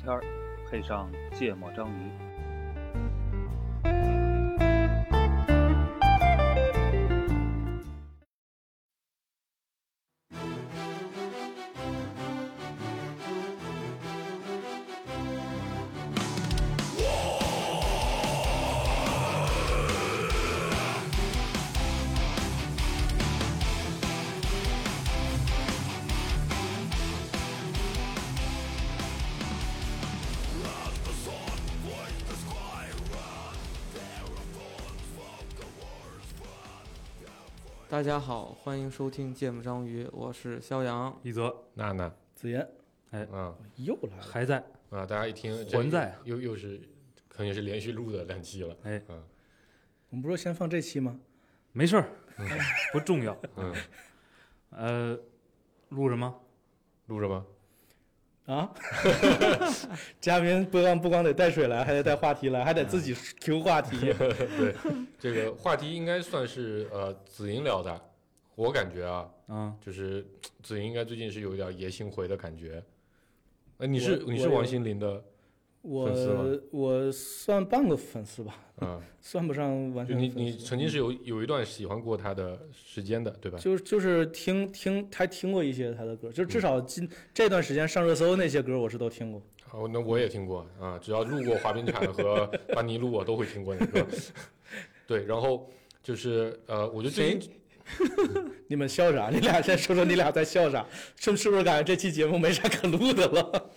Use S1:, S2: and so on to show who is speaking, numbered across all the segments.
S1: 片儿，配上芥末章鱼。
S2: 大家好，欢迎收听《芥末章鱼》，我是肖阳。
S3: 一泽、
S4: 娜娜，
S3: 子言
S4: 嗯
S3: 又来了，还在，
S4: 啊，大家一听这
S3: 还在
S4: 又又是肯定是连续录的两期了，
S3: 哎，
S4: 嗯
S5: 我们不是说先放这期吗？
S3: 没事儿， 不重要。
S4: 嗯，
S3: 呃，录什么？
S4: 录着吗？
S5: 啊，嘉宾不光不光得带水来，还得带话题来，还得自己 Q 话题。
S4: 这个话题应该算是呃子莹聊的，我感觉啊，
S3: 啊，
S4: 就是子莹应该最近是有一点爷心回的感觉。呃，你
S5: 我
S4: 是你是
S5: 我
S4: 王心凌 的
S5: 我
S4: 粉丝吗
S5: 我算半个粉丝吧，
S4: 啊，
S5: 算不上完
S4: 就
S5: 全
S4: 你
S5: 粉丝。
S4: 你曾经是有有一段喜欢过她的时间的，对吧？
S5: 就是就是听听还听过一些他的歌，就至少今、这段时间上热搜那些歌我是都听过。
S4: 哦，那我也听过啊，只要路过滑冰场 和班尼路，我都会听过那歌。 对，然后就是呃，我就最近
S5: 你们笑啥？你俩先说说你俩在笑啥？是是不是感觉这期节目没啥可录的了？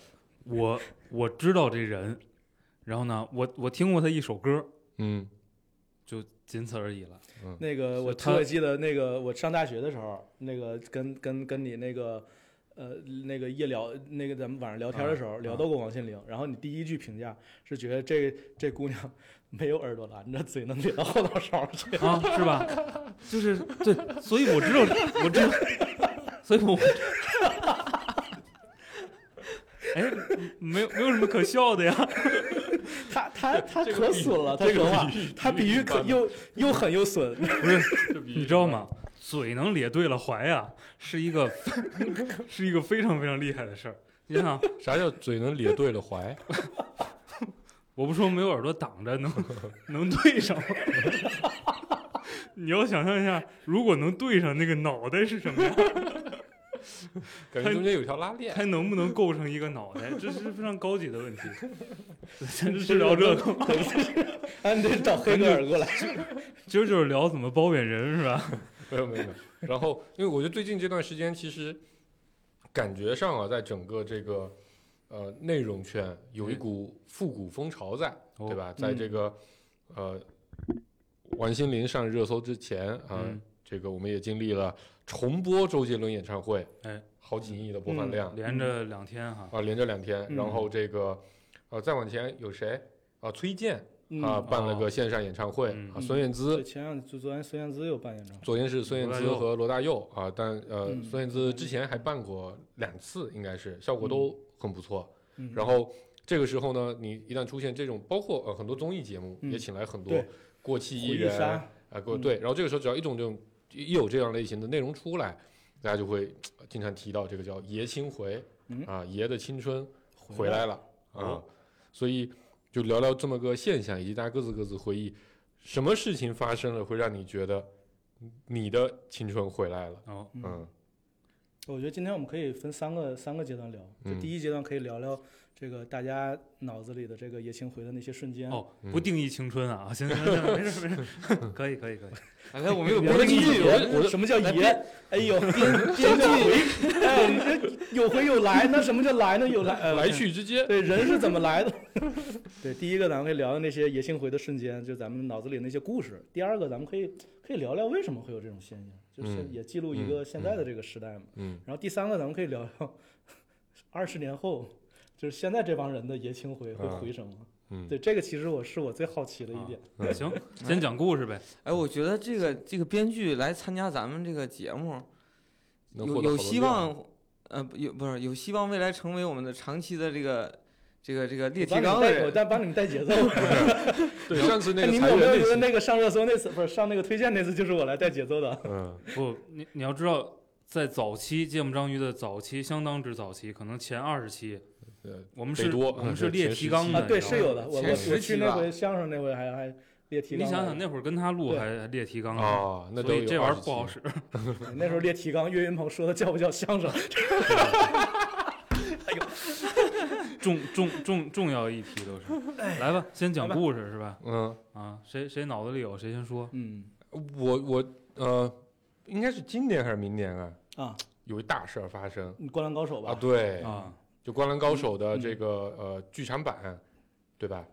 S3: 我我知道这人，然后呢，我我听过他一首歌，
S4: 嗯。
S3: 就仅此而已了。
S5: 那个我
S3: 是他
S5: 特记得那个我上大学的时候，那个跟跟跟你那个呃那个夜聊那个咱们晚上聊天的时候、
S3: 啊
S5: 聊到过王心凌，然后你第一句评价是觉得这这姑娘没有耳朵拦着，嘴能咧到后脑勺去。
S3: 啊，是吧？就是对，所以我知道，我知道，所以我，哎，没有没有什么可笑的呀。
S5: 她她她
S4: 这个
S5: 可
S4: 比
S5: 损了，她
S4: 这个
S5: 说话
S4: 比喻，
S5: 她比喻可
S4: 比喻
S5: 又又狠又 损。
S3: 你知道吗？嘴能咧对了怀呀、是一个是一个非 常非常厉害的事儿。你想，
S4: 啥叫嘴能咧对了 怀？
S3: 我不说没有耳朵挡着能 能对上吗？ 你要想象一下，如果能对上那个脑袋是什么样，
S4: 感觉中间有条拉链。
S3: 还能不能构成一个脑袋？这是非常高级的问题。咱就聊这个，
S5: 啊，你得找黑格尔过来。
S3: 今儿就是聊怎么包贬人是吧？
S4: 没有没有没有。然后，因为我觉得最近这段时间，其实感觉上啊，在整个这个呃内容圈有一
S5: 嗯
S4: 股复古风潮在，
S5: 哦
S4: 对吧？在这个呃王心凌上热搜之前啊，
S3: 嗯
S4: 这个我们也经历了重播周杰伦演唱会，
S3: 哎，
S4: 好几亿的播放
S5: 嗯
S4: 量、
S3: 连着两天哈，
S4: 啊，连着两天。
S5: 嗯
S4: 然后这个呃再往前有谁啊？崔健。
S5: 嗯
S4: 啊，办了个线上演唱会、
S3: 哦嗯
S4: 啊，孙燕姿
S5: 对，前两就昨天孙燕姿又扮演唱会，
S4: 昨天是孙燕
S3: 罗大
S4: 姿
S3: 佑
S4: 和罗大佑啊，但呃，
S5: 嗯
S4: 孙燕姿之前还办过两次，应该是效果都很不错。
S5: 嗯
S4: 然后这个时候呢，你一旦出现这种，包括呃很多综艺节目、
S5: 嗯
S4: 也请来很多
S5: 对
S4: 过气艺
S5: 胡一
S4: 人啊，
S5: 莎，
S4: 过
S5: 嗯
S4: 对，然后这个时候只要一种这种一有这样类型的内容出来，大家就会呃经常提到这个叫“爷青回”
S5: 嗯
S4: 啊，爷的青春回
S5: 回
S4: 来了啊
S3: 哦，
S4: 所以就聊聊这么个现象，以及大家各自各自回忆，什么事情发生了会让你觉得你的青春回来了？
S3: 哦，
S5: 嗯
S4: 嗯，
S5: 我觉得今天我们可以分三个三个阶段聊，就
S4: 嗯
S5: 第一阶段可以聊聊这个大家脑子里的这个爷青回的那些瞬间。
S3: 哦，
S4: 嗯
S3: 不定义青春啊！ 行行行，没事没事，可以可以可以。来，哎我们
S2: 哎
S5: 有
S3: 有
S5: 别的定义，我什么叫
S4: 来
S5: 爷？哎呦，什么叫回？哎，你这有回有来，那什么叫来呢？有来呃
S4: 来去之间，
S5: 对人是怎么来的？ 对，第一个咱们可以聊聊那些爷青回的瞬间，就咱们脑子里那些故事。第二个，咱们可以可以聊聊为什么会有这种现象，就是
S4: 嗯
S5: 也记录一
S4: 嗯
S5: 个现在的这个时代嘛。
S4: 嗯，
S5: 然后第三个，咱们可以聊聊二十年后，就是现在这帮人的爷青回会
S4: 啊
S5: 回什么？
S4: 嗯
S5: 对，这个其实我是我最好奇的一点。
S3: 嗯行，先讲故事呗。
S2: 哎，我觉得这个这个编剧来参加咱们这个节目，
S4: 能获
S2: 有
S4: 得
S2: 有
S4: 好多
S2: 希
S4: 料
S2: 望，呃，不有不是有希望未来成为我们的长期的这个这个这个
S5: 我
S2: 列提
S5: 帮你
S2: 纲
S5: 们
S2: 的
S5: 带，我
S2: 人。
S5: 带帮你们带节奏。
S4: 对上次那
S5: 哎
S4: 个
S5: 你们
S4: 裁
S5: 有没有
S4: 员
S5: 觉得
S4: 那期，
S5: 那个上热搜那次，不是上那个推荐那次，就是我来带节奏的？
S4: 嗯
S3: 不，你你要知道，在早期《芥末章鱼》的早期，相当之早期，可能前二十期，
S4: 呃，
S3: 我们
S4: 北
S3: 是，
S4: 多
S3: 我们
S4: 嗯
S3: 是
S4: 对
S3: 列
S4: 前
S3: 提
S4: 十
S3: 纲
S4: 期
S3: 的，
S5: 啊，对，
S3: 你知
S5: 是
S3: 道
S5: 有
S3: 吗
S5: 的。我
S2: 前
S5: 我
S2: 十
S5: 我
S2: 期
S5: 去那
S2: 吧
S5: 回相声那回还还列提
S3: 你
S5: 纲，
S3: 想想，那会儿跟他录
S5: 对
S3: 还还列提
S5: 嗯
S3: 纲呢，
S4: 哦，那都
S3: 所以
S4: 有
S3: 这玩意儿
S4: 20
S3: 不好
S4: 期。
S3: 使。
S5: 那时候列提纲，岳云鹏说的叫不叫相声？
S3: 重重重重要议题都是，
S5: 哎
S3: 来吧，先讲故事是吧？
S4: 嗯，
S3: 啊，谁谁脑子里有谁先说。
S5: 嗯
S4: 我我呃，应该是今年还是明年啊？
S5: 啊，
S4: 有一大事儿发生
S5: 嗯《灌篮高手》
S4: 啊！
S5: 吧，
S4: 对，
S3: 啊，
S4: 就《灌篮高手》的
S5: 嗯
S4: 这个呃剧场版，对吧？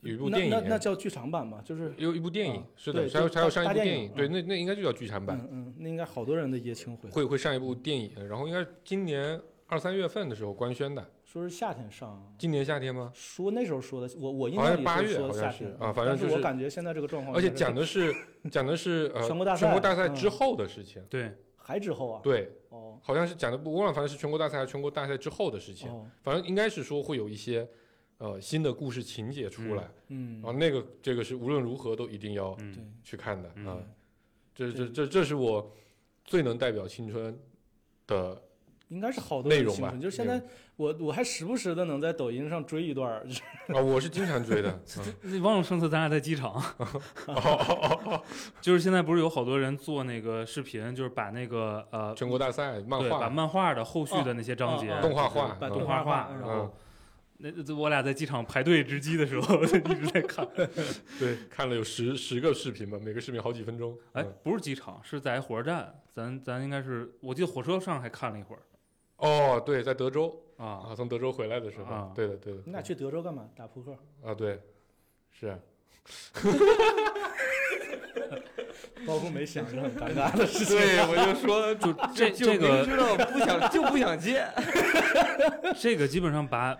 S4: 有一部
S5: 那
S4: 电
S5: 那那
S4: 影，
S5: 叫剧场版吧，就是
S4: 有一部电影
S5: 啊，
S4: 是的，
S5: 对
S4: 还有
S5: 就
S4: 还有上一
S5: 大
S4: 部
S5: 电
S4: 电
S5: 影啊
S4: 影，对，那那应该就叫剧场版，
S5: 嗯嗯，那应该好多人的爷青回，
S4: 会会上一部电影，然后应该是今年二三月份的时候官宣的，
S5: 说是夏天上，
S4: 今年夏天吗？
S5: 说那时候说的，我我印
S4: 好像
S5: 象
S4: 是
S5: 里
S4: 八
S5: 是
S4: 月
S5: 说
S4: 好
S5: 的
S4: 像
S5: 夏
S4: 是
S5: 天嗯
S4: 啊反正
S5: 但
S4: 就是是
S5: 我感觉现在这个状况，
S4: 而且讲的是讲的是呃
S5: 全国大赛
S4: 全国大赛
S5: 嗯
S4: 之后的事情，
S3: 对，
S5: 还之后啊，
S4: 对，
S5: 哦
S4: 好像是讲的不，我忘了，反正是全国大赛还是全国大赛之后的事情，
S5: 哦，
S4: 反正应该是说会有一些呃新的故事情节出来，
S5: 嗯
S4: 然后，那个这个是无论如何都一定要
S5: 对
S3: 嗯，，
S4: 去看的啊、
S3: 嗯
S4: 这这这这是我最能代表青春的，
S5: 应该是好多
S4: 内
S5: 人
S4: 容
S5: 青
S4: 吧
S5: 春，就是现在我我还时不时的能在抖音上追一段儿，
S4: 啊，我是经常 追的，嗯
S3: 那忘了上次咱俩在机 场，就是现在不是有好多人做那个视频，就是把那个呃，
S4: 全国大赛漫
S3: 对，把
S4: 画
S3: 漫画的后续的那些章节
S5: 哦哦哦
S4: 动画化
S5: 把
S4: 嗯
S3: 动
S5: 画
S3: 化，
S5: 嗯
S3: 然后那那我俩在机场排队值机的时候 一直在 看，
S4: 对，看了有十十个视频吧，每个视频好几分钟，
S3: 哎
S4: 嗯，
S3: 不是机场，是在火车站，咱咱应该是，我记得火车上还看了一会儿
S4: 哦，对，在德州
S3: 啊，
S4: 啊，从德州回来的时候，
S3: 啊
S4: 对的对的，
S5: 你俩去德州干嘛？打扑克，
S4: 啊对，是啊
S5: 包括没想是很 尴尬的事情。
S2: 对，我就 说
S3: 就这这
S2: 明
S3: 个
S2: 知道不 想就不想接，
S3: 这个基本上把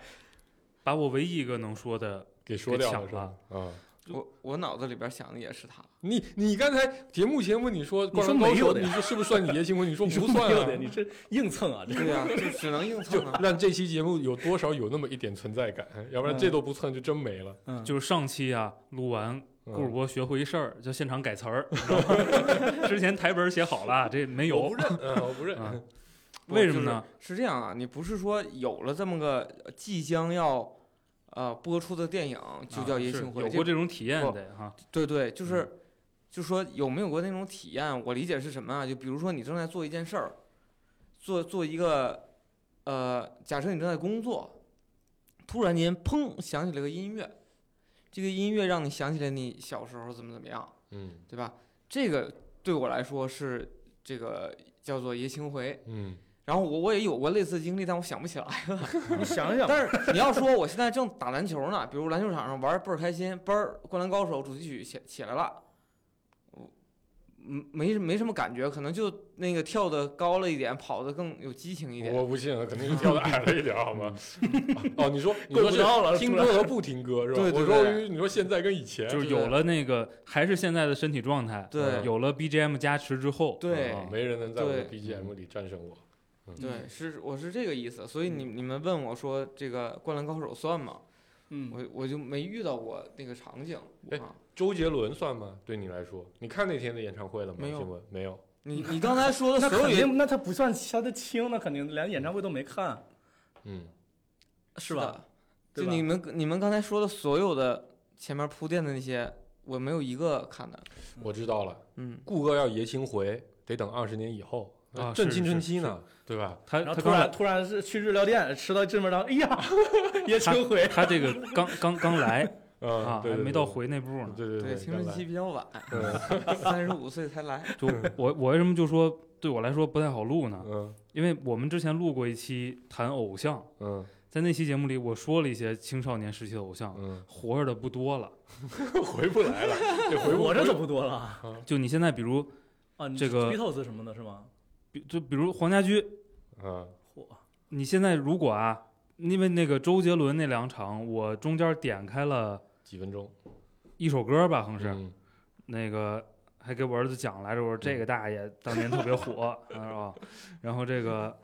S3: 把我唯一一个能说的，
S4: 给说掉
S3: 给抢
S4: 了是吧？啊。
S2: 我我脑子里边想的也是他，
S4: 你你刚才节目前问你说
S5: 你
S4: 灌
S5: 说
S4: 篮高
S5: 没
S4: 手，
S5: 有的
S4: 你
S5: 呀
S4: 说是不是算你爷青婚？你说
S5: 你说
S4: 不
S5: 没
S4: 算
S5: 有的，
S4: 啊
S5: 你，这硬蹭啊，这
S2: 对呀、 就只能硬
S4: 就
S2: 蹭了。
S4: 让这期节目有多少有那么一点存在感，要不然
S5: 嗯
S4: 这都不蹭就真没了。
S5: 嗯，
S3: 就是上期啊录完。
S4: 嗯
S3: 顾主播学会一事儿，就现场改词儿。你知道吗 之前台本儿写好了，这没
S4: 我
S3: 有
S4: 不。认，嗯我不认。
S3: 啊
S2: 不
S3: 为什么呢？
S2: 就是？是这样啊，你不是说有了这么个即将要呃播出的电影就叫《
S3: 啊
S2: 爷
S3: 是
S2: 青回》
S3: 有
S2: 这
S3: 过这种体验
S2: 不
S3: 的哈。
S2: 对对，就是、就说有没有过那种体验？我理解是什么啊？就比如说你正在做一件事儿，做做一个呃，假设你正在工作，突然间砰响起了个音乐，这个音乐让你想起来你小时候怎么怎么样，
S4: 嗯
S2: 对吧？这个对我来说是这个叫做爷青回。
S4: 嗯，
S2: 然后我我也有过类似的经历，但我想不起来了。
S5: 你想 想，
S2: 但是你要说我现在正打篮球呢，比如篮球场上玩儿倍儿开心，嘣儿《灌篮高手》主题曲起起来了，我嗯没没什么感觉，可能就那个跳的高了一点，跑的更有激情一
S5: 哦
S2: 点。
S4: 我不信啊，肯定是跳的矮了一点，好吗？哦，你说你
S5: 够
S4: 说
S5: 不
S4: 是
S5: 着了，
S4: 听
S5: 突然
S4: 歌和不听歌是吧？
S2: 对对
S4: 我说
S2: 对
S4: 你说现在跟以前
S3: 就是是
S4: 不是
S3: 有了那个还是现在的身体状态，
S2: 对
S3: 有了 BGM 加持之后，
S2: 对
S5: 嗯
S4: 啊没人能在我的
S2: 对
S4: BGM 里战胜我。
S2: 对，是我是这个意思。所以你你们问我说这个《灌篮高手》算吗？
S5: 嗯，
S2: 我我就没遇到过那个场景
S4: 哎
S2: 啊。
S4: 周杰伦算吗？对你来说，你看那天的演唱会了吗？
S2: 没有
S4: 新闻没有。
S2: 你你刚才说 的
S5: 那
S2: 所有
S5: 肯
S2: 也
S5: 定，那他不算他的轻，那肯定连演唱会都没看，
S4: 嗯，
S5: 是吧？？
S2: 就
S5: 对吧
S2: 你们你们刚才说的所有的前面铺垫的那些，我没有一个看的。
S4: 我知道了。
S2: 嗯，
S4: 顾哥要爷青回，得等二十年以后，
S3: 啊
S4: 正
S3: 是
S4: 青
S3: 是
S4: 春
S3: 啊
S4: 期呢，对吧？
S3: 他
S5: 然后
S3: 他
S5: 突
S3: 刚
S5: 然
S3: 来，
S5: 突然是去日料店吃到这边，然后哎 呀，也青回，
S3: 他这个刚刚刚来
S4: 啊
S3: 啊，
S4: 对
S3: 还
S4: 对
S3: 没到，回那步呢。
S4: 对对对，
S2: 青春期比较晚，
S4: 刚 来，
S2: 三十五岁才来。
S3: 就我我为什么就说对我来说不太好录呢
S4: 嗯？嗯
S3: 因为我们之前录过一期谈偶像，
S4: 嗯
S3: 在那期节目里我说了一些青少年时期的偶像，
S4: 嗯
S3: 活着的不多了。
S4: 嗯，回不 来了，这回不
S5: 我这
S4: 回
S5: 都不多了
S3: 就你现在比如
S5: 啊。你
S3: 这个
S5: Beatles 什么的是吗？
S3: 比就比如黄家驹，
S4: 啊，
S5: 嚯，
S3: 你现在如果啊，因为那个周杰伦那两场，我中间点开了
S4: 几分钟
S3: 一首歌吧，好像是。
S4: 嗯
S3: 那个还给我儿子讲来着，我说这个大爷当年特别 火，啊是吧？然后这个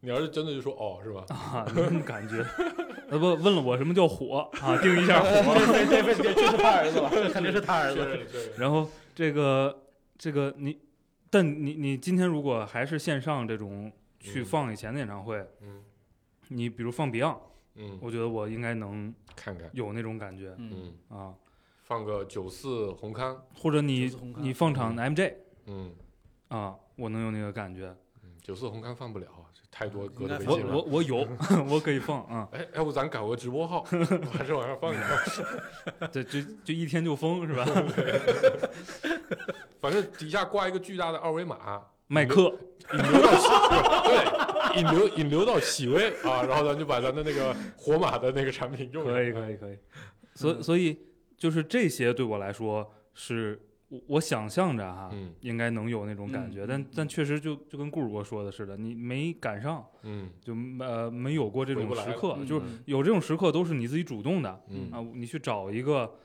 S4: 你要是真的就说哦，是吧？
S3: 啊，那感觉，呃不问了我什么叫火啊，定义一下 火。
S5: 这这这这这是他儿 子吧？肯定是他儿子。
S4: 是是
S3: 然后这个这个你，但你你今天如果还是线上这种去
S4: 嗯
S3: 放以前的演唱会，
S4: 嗯
S3: 你比如放 Beyond，
S4: 嗯，
S3: 我觉得我应该能
S4: 看看，
S3: 有那种感觉
S5: 嗯，
S4: 嗯，
S3: 啊。
S4: 放个九四红勘，
S3: 或者你
S5: 九四红勘
S3: 你放场 MJ
S4: 嗯，
S3: 啊，我能有那个感觉。
S4: 九四红勘放不了，这太多歌
S5: 应
S4: 都
S5: 该
S4: 被
S5: 放
S3: 我
S4: 禁
S3: 我
S4: 了。
S3: 我有， 我可以嗯放啊。
S4: 哎，要不咱搞个直播号， 把这玩意儿放一放。
S3: 对，就就一天就封是吧？
S4: 反正底下挂一个巨大的二维码，
S3: 麦克，
S4: 引流到喜对，引流引流到喜威啊，然后咱就把咱的那个火马的那个产品用上。
S3: 可以可以可以。所
S5: 嗯
S3: 以所以就是这些对我来说是我我想象着哈，
S4: 嗯
S3: 应该能有那种感觉，
S5: 嗯
S3: 但但确实就就跟顾主播说的似的，你没赶上，
S4: 嗯
S3: 就呃没有过这
S4: 回
S3: 种
S4: 不来
S3: 时
S4: 了
S3: 刻，
S5: 嗯
S3: 就是有这种时刻都是你自己主动的、
S4: 嗯
S3: 啊，你去找一个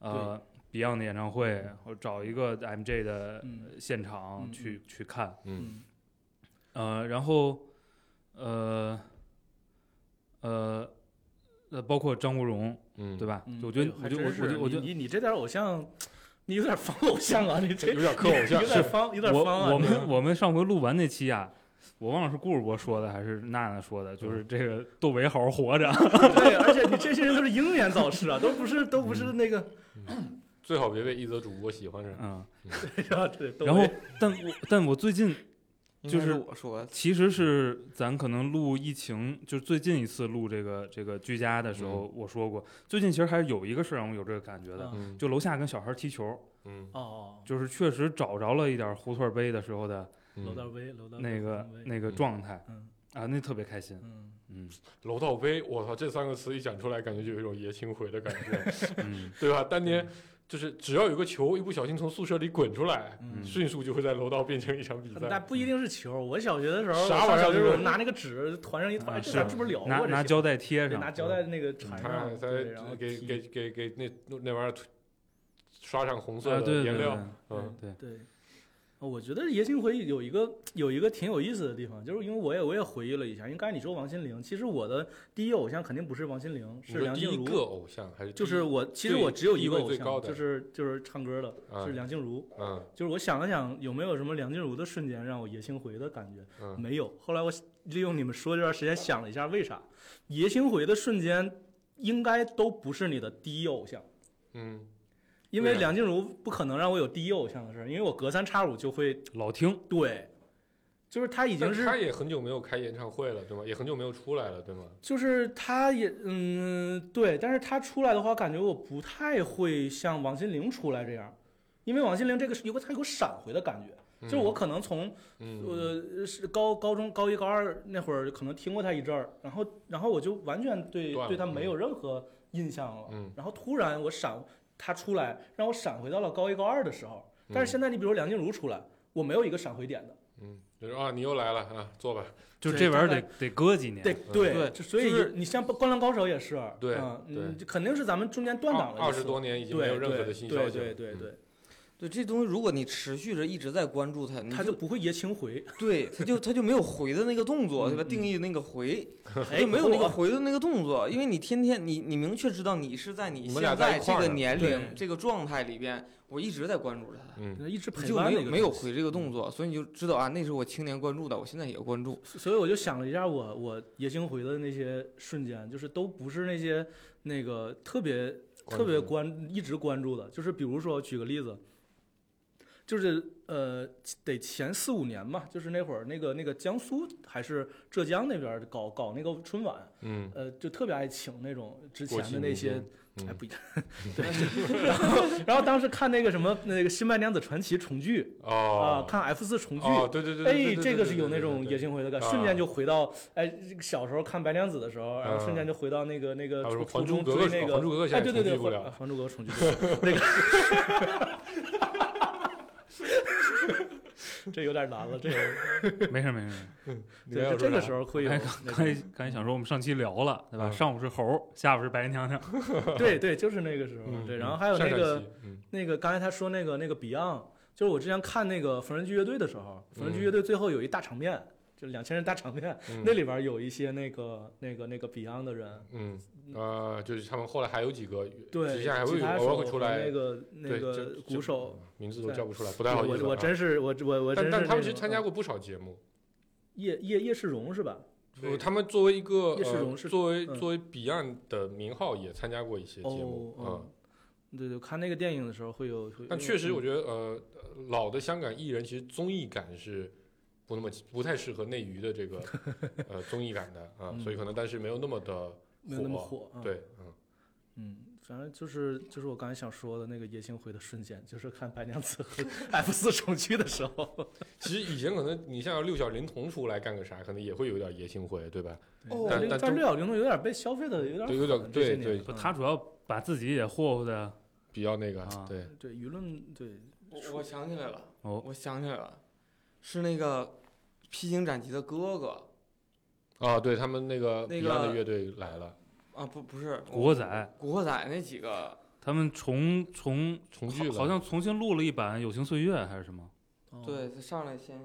S3: 呃 Beyond 的演唱会，或者找一个 MJ 的
S5: 嗯
S3: 现场、
S5: 嗯
S3: 去去看，
S4: 嗯
S5: 嗯
S3: 呃，然后，呃，呃，呃，包括张国荣，
S4: 嗯，
S3: 对吧？
S5: 嗯
S3: 我觉得，我
S5: 还
S3: 觉得，
S5: 真
S3: 我觉
S5: 是
S3: 得，我
S5: 你
S3: 觉得，
S5: 你你这点偶像，你有点防偶像啊，你这
S4: 有点磕偶像
S5: 有点方，有点
S3: 我
S5: 方啊。
S3: 我
S5: 你
S3: 们 我们上回录完那期啊，我忘了是顾主播说的还是娜娜说的，就是这个窦唯好好活着。
S5: 对，而且你这些人都是英年早逝啊，都不是 都不是 那个，
S4: 最好别被一则主播喜欢上。
S3: 嗯，
S5: 对，都
S3: 然后，但我但我最近就
S2: 应该
S3: 是
S2: 我说的，
S3: 其实是咱可能录疫情，就是最近一次录这个这个居家的时候，我说过，最近其实还是有一个事儿让我有这个感觉的，
S5: 嗯
S4: 嗯
S3: 就楼下跟小孩踢球。
S4: 嗯
S5: 哦，
S3: 就是确实找着了一点胡同儿杯的时候的
S5: 楼
S4: 嗯，
S5: 道威，楼道
S3: 那个
S5: 威
S3: 那个状态，
S5: 嗯
S3: 啊，那特别开心，
S5: 嗯，
S3: 嗯
S4: 楼道杯，我操，这三个词一讲出来，感觉就有一种爷青回的感觉，
S3: 嗯，
S4: 对吧？当年就是只要有个球一不小心从宿舍里滚出来，
S5: 嗯
S4: 迅速就会在楼道变成一场比
S5: 那
S4: 赛。
S5: 不一定是球。我小学的时候，
S4: 啥玩
S5: 我
S4: 意儿
S5: 上小学的时候
S4: 就是
S5: 拿那个纸团上一团，
S3: 啊
S5: 哎这
S3: 是
S5: 咱是不是聊
S3: 拿
S5: 过这
S3: 拿
S5: 些
S3: 胶带嗯贴
S5: 对
S3: 上，
S5: 拿胶带那个缠
S4: 他
S5: 上，
S4: 嗯他
S5: 对，然后
S4: 给
S5: 踢
S4: 给给给那那玩意儿刷上红
S3: 啊，对
S4: 色的
S3: 对
S4: 颜
S3: 对
S4: 料，，嗯
S5: 对。哦我觉得爷青回有一个有一个挺有意思的地方，就是因为我也我也回忆了一下，因为刚才你说王心凌，其实我的第一偶像肯定不是王心凌，
S4: 你
S5: 是
S4: 说
S5: 梁
S4: 第
S5: 静
S4: 一个
S5: 茹。
S4: 偶像还是第
S5: 就
S4: 一
S5: 是我，其实
S4: 对
S5: 我只有一
S4: 地
S5: 个
S4: 位
S5: 偶
S4: 最高
S5: 像，
S4: 的
S5: 就是就是唱歌的，
S4: 啊
S5: 是梁静茹。
S4: 嗯
S5: 就是我想了想，有没有什么梁静茹的瞬间让我爷青回的感觉？
S4: 嗯
S5: 没有。后来我利用你们说这段时间想了一下，为啥爷青回的瞬间应该都不是你的第一偶像，
S4: 嗯
S5: 因为
S4: 对啊
S5: 梁静茹不可能让我有第一偶像的事儿，因为我隔三差五就会
S3: 老听，
S5: 对，就是他已
S4: 但
S5: 经是
S4: 他也很久没有开演唱会了，对吗？也很久没有出来了，对吗？
S5: 就是他也嗯对，但是他出来的话，感觉我不太会像王心凌出来这样，因为王心凌这个是有个他有个闪回的感觉，就是我可能从
S4: 嗯，
S5: 呃是高高中高一高二那会儿可能听过他一阵儿，然后然后我就完全对
S4: 断了
S5: 对他没有任何印象了，
S4: 嗯
S5: 然后突然我闪他出来，让我闪回到了高一高二的时候，但是现在你比如梁静茹出来，我没有一个闪回点的，
S4: 嗯，就说啊，你又来了啊，坐吧。
S3: 就
S5: 对
S3: 这玩意儿
S5: 大
S3: 得
S5: 概
S3: 得搁几年，
S5: 对对
S2: 对
S5: 就所以
S2: 就是
S5: 你像《灌篮高手》也是，
S4: 对
S5: 嗯，
S4: 对
S5: 嗯肯定是咱们中间断档了
S4: 二
S5: 一
S4: 二
S5: 次
S4: 十多年已经
S5: 对
S4: 没有任何的
S5: 对
S4: 新消
S5: 对
S4: 息嗯了。
S5: 对对对，
S2: 对这东西，如果你持续着一直在关注它，你
S5: 他就不会爷 青回，
S2: 对，他就他就没有回的那个动作，对吧？
S5: 嗯嗯
S2: 定义那个回，他
S5: 哎，
S2: 就没有那个
S5: 我
S2: 回的那个动作，因为你天天你你明确知道你是在你
S4: 你们俩
S2: 现
S4: 在一
S2: 在
S4: 块
S2: 这
S4: 儿
S2: 个
S4: 呢
S2: 年龄
S5: 对
S2: 这个状态里边，我一直在关注着它。
S4: 嗯，
S5: 一直陪
S2: 就
S5: 伴
S2: 没
S5: 那
S2: 有
S5: 个
S2: 没有
S5: 东西
S2: 回这个动作，所以你就知道啊，那是我青年关注的，我现在也要关注。
S5: 所以我就想了一下我，我爷青回的那些瞬间，就是都不是那些那个特别
S4: 嗯关注
S5: 特别关一直关注的，就是比如说举个例子，就是呃得前四五年吧，就是那会儿那个那个江苏还是浙江那边儿搞搞那个春晚，
S4: 嗯，
S5: 呃就特别爱请那种之
S4: 国
S5: 前
S4: 庆
S5: 的那
S4: 明
S5: 些
S4: 星。嗯
S5: 哎，不一定，对。 然后，然后当时看那个什么，那个《新白娘子传奇》重聚啊、
S4: 哦，
S5: 看 F 四重聚，
S4: 哦，对对对对对
S5: 哎，
S4: 对
S5: 这个是
S4: 对
S5: 有
S4: 对
S5: 那种
S4: 对
S5: 野
S4: 对
S5: 性回的感，
S4: 啊
S5: 瞬间就回到哎，这个小时候看白娘子的时候，然后瞬间就回到那个那个
S4: 嗯还有什么
S5: 初初
S4: 还
S5: 中
S4: 珠
S5: 追
S4: 格格》
S5: 那
S4: 哦还珠
S5: 个，
S4: 格格》
S5: 哎，
S4: 现在
S5: 对对
S4: 重
S5: 对，
S4: 聚不
S5: 还
S4: 了。
S5: 还珠格格》 重聚不了那个。 这有点难了，这个
S3: 没事儿没事儿没事儿。
S4: 你还
S5: 对，
S4: 有
S5: 就这
S4: 说
S5: 个
S4: 啥
S5: 时候会有
S3: 哎
S5: 那
S3: 刚刚才
S5: 个，
S3: 刚才想说，我们上期聊了，对吧？
S4: 嗯
S3: 上午是猴儿，下午是白娘娘，
S5: 对对，就是那个时候，
S4: 嗯
S5: 对，
S4: 嗯
S5: 然后还有
S4: 上
S5: 那
S4: 上
S5: 个
S4: 期嗯
S5: 那个刚才他说那个那个 Beyond，就是我之前看那个缝纫机乐队的时候，缝纫机乐队最后有一大场面，就两千人大场面，
S4: 嗯
S5: 那里边有一些那个那个那个 Beyond 的人，
S4: 嗯呃，就是他们后来还有几个，
S5: 对，
S4: 底下还会
S5: 吉
S4: 有
S5: 他
S4: 偶尔
S5: 手
S4: 会出来
S5: 和那个那
S4: 对
S5: 个
S4: 就嗯
S5: 鼓手，
S4: 名字都
S5: 在
S4: 叫不出来，不太好意思啊。
S5: 我我真是我我我
S4: 但
S5: 真是
S4: 但他们
S5: 那嗯
S4: 其实
S5: 种
S4: 参加过不少节目，
S5: 叶叶叶世荣是吧？
S4: 呃他们作为一个
S5: 叶世荣
S4: 呃
S5: 是
S4: 作为
S5: 嗯
S4: 作为彼岸的名号也参加过一些节目
S5: 哦，哦
S4: 嗯，
S5: 对对，看那个电影的时候会有，嗯会
S4: 但确实我觉得呃老的香港艺人其实综艺感是不那么不太适合内娱的 这个呃综艺感的啊，
S5: 嗯
S4: 所以可能但是没有那么的
S5: 没有那么火，啊，
S4: 对，嗯，
S5: 嗯，反正就是就是我刚才想说的那个叶星辉的瞬间，就是看白娘子和 F 四重聚的时候，
S4: 其实以前可能你像六小龄童出来干个啥，可能也会有点野性灰，对吧？
S5: 哦
S4: 但但
S5: 但
S4: 中
S5: 六小龄童有点被消费的有点
S4: 对有点
S5: 狠这些
S4: 对
S5: 年
S4: 对
S3: 不，
S5: 嗯
S3: 他主要把自己也霍霍的，
S4: 比较那个，
S3: 啊
S4: 对，
S5: 对舆论对
S2: 我我想起来了，
S3: 哦
S2: 我想起来了，是那个披荆斩棘的哥哥
S4: 啊，对他们那个
S2: 那
S4: 彼岸的
S2: 个
S4: 乐队来了，
S2: 啊，不不是
S3: 古惑仔，
S2: 古惑仔那几个，
S3: 他们重重
S4: 重聚了
S3: 好好像重新录了一版《友情岁月》还是什么？
S5: 哦
S2: 对他上来先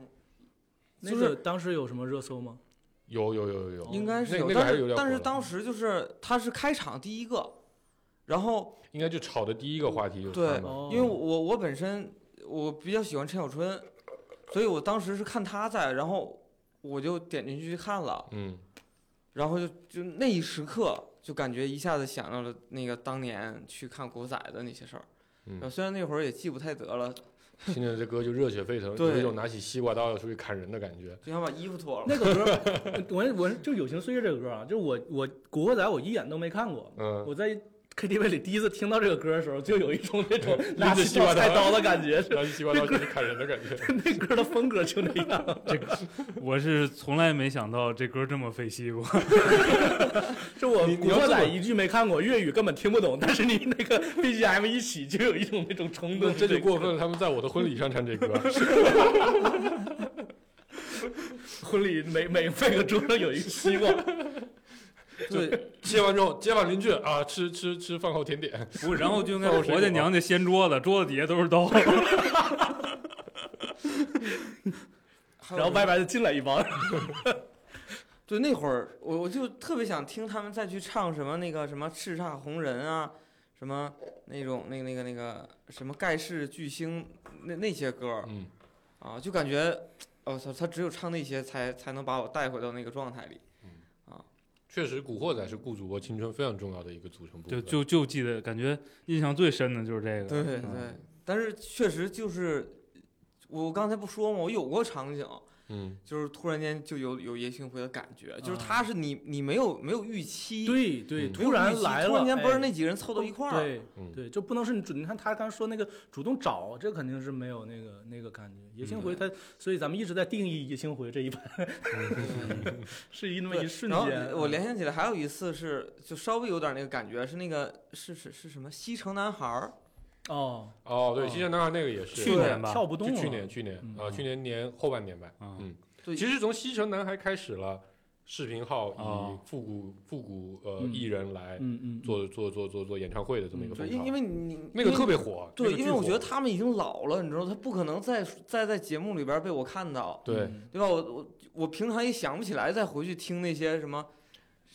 S5: 那
S2: 就是
S5: 个哦当时有什么热搜吗？
S4: 嗯有有有有有，
S2: 应该是
S4: 那
S2: 有，
S4: 那个还
S2: 但
S4: 是有点嗯
S2: 但是
S4: 火的
S2: 当时就是他是开场第一个，然后
S4: 应该就炒的第一个话题就是
S2: 对
S4: 他们，
S5: 哦
S2: 因为我我本身我比较喜欢陈小春，所以我当时是看他在，然后我就点进去去看了，
S4: 嗯，
S2: 然后就就那一时刻就感觉一下子想到了那个当年去看古仔的那些事儿，
S4: 嗯
S2: 然后虽然那会儿也记不太得了，
S4: 听着这歌就热血沸腾，
S2: 对
S4: 有一种拿起西瓜刀要出去砍人的感觉。
S2: 就想把衣服脱了。
S5: 那个歌，我我就《友情岁月》这个歌啊，就是我我《古惑仔》我一眼都没看过，
S4: 嗯，
S5: 我在 KTV 里第一次听到这个歌的时候，就有一种那种拿
S4: 着
S5: 起
S4: 西瓜
S5: 菜
S4: 刀
S5: 刀的感觉，
S4: 拿起西瓜刀出去砍人的感 觉。
S5: 那歌的风格就那样。
S3: 我是从来没想到这歌这么费西瓜，
S5: 就我
S4: 你你
S5: 《古
S4: 要
S5: 惑
S4: 这
S5: 仔》
S4: 么
S5: 一句没看过，粤语根本听不懂，但是你那个 BGM 一起，就有一种那种冲动。
S4: 这就过分了，他们在我的婚礼上唱这歌，
S5: 婚礼每每每个桌上有一个 西瓜，
S2: 对，
S4: 接完之后接完邻居啊，吃吃吃饭后甜点，
S3: 不，然后就应该
S4: 哦是
S3: 活
S4: 有啊
S3: 在娘家掀桌子，桌子底下都是刀。
S2: 还有
S5: 然后
S2: 什么
S5: 外边就进来一帮。
S2: 对，那会儿我我就特别想听他们再去唱什么那个什么叱咤红人啊，什么那种那个那个那个什么盖世巨星那那些歌儿
S4: 嗯，
S2: 啊，就感觉哦操，他只有唱那些才才能把我带回到那个状态里。
S4: 确实，《古惑仔》是顾主播青春非常重要的一个组成部
S3: 就
S4: 分。
S3: 就就记得，感觉印象最深的就是这个。
S2: 对对
S3: 嗯，
S2: 但是确实就是我刚才不说吗？我有过场景，
S4: 嗯，
S2: 就是突然间就有有叶星辉的感觉，就是
S5: 啊
S2: 他是你你没有没有预期，没
S5: 对对，
S4: 嗯
S2: 有
S5: 突然
S2: 预期
S5: 来了，
S2: 突然间不
S5: 哎
S2: 是那几个人凑到一块儿，
S5: 对
S4: 嗯
S5: 对，就不能是你主，你看他刚才说那个主动找，这肯定是没有那个那个感觉。野星
S2: 嗯
S5: 回他，所以咱们一直在定义野星回这一盘， 是一那么
S2: 对
S5: 一瞬
S2: 然后
S5: 间。
S2: 我
S5: 嗯
S2: 联想起来，还有一次是就稍微有点那个感觉，是那个是是是什么西城男孩儿，
S5: 哦，
S4: 哦，对，
S2: 啊
S5: 哦
S4: 《西山男孩》那个也是，
S3: 啊去年吧
S5: 跳不动
S4: 就
S5: 了，
S4: 去年去年
S5: 嗯
S4: 啊，去年年后半年吧。
S3: 嗯
S4: 嗯，
S2: 对
S4: 其实从《西城男孩》开始了，视频号
S2: 啊
S3: 哦
S4: 以复古复古呃
S5: 嗯
S4: 艺人来
S5: 嗯嗯，
S4: 做做做做做演唱会的这么一个
S2: 嗯对，因
S4: 风
S2: 因
S4: 潮，
S2: 为你
S4: 那个特
S2: 别
S4: 别火。
S2: 对，
S4: 那个巨
S2: 因为我
S4: 火
S2: 觉得他们已经老了，你知道，他不可能再再在节目里边被我看到，
S4: 对
S5: 嗯
S2: 对吧？我我我平常也想不起来再回去听那些什么。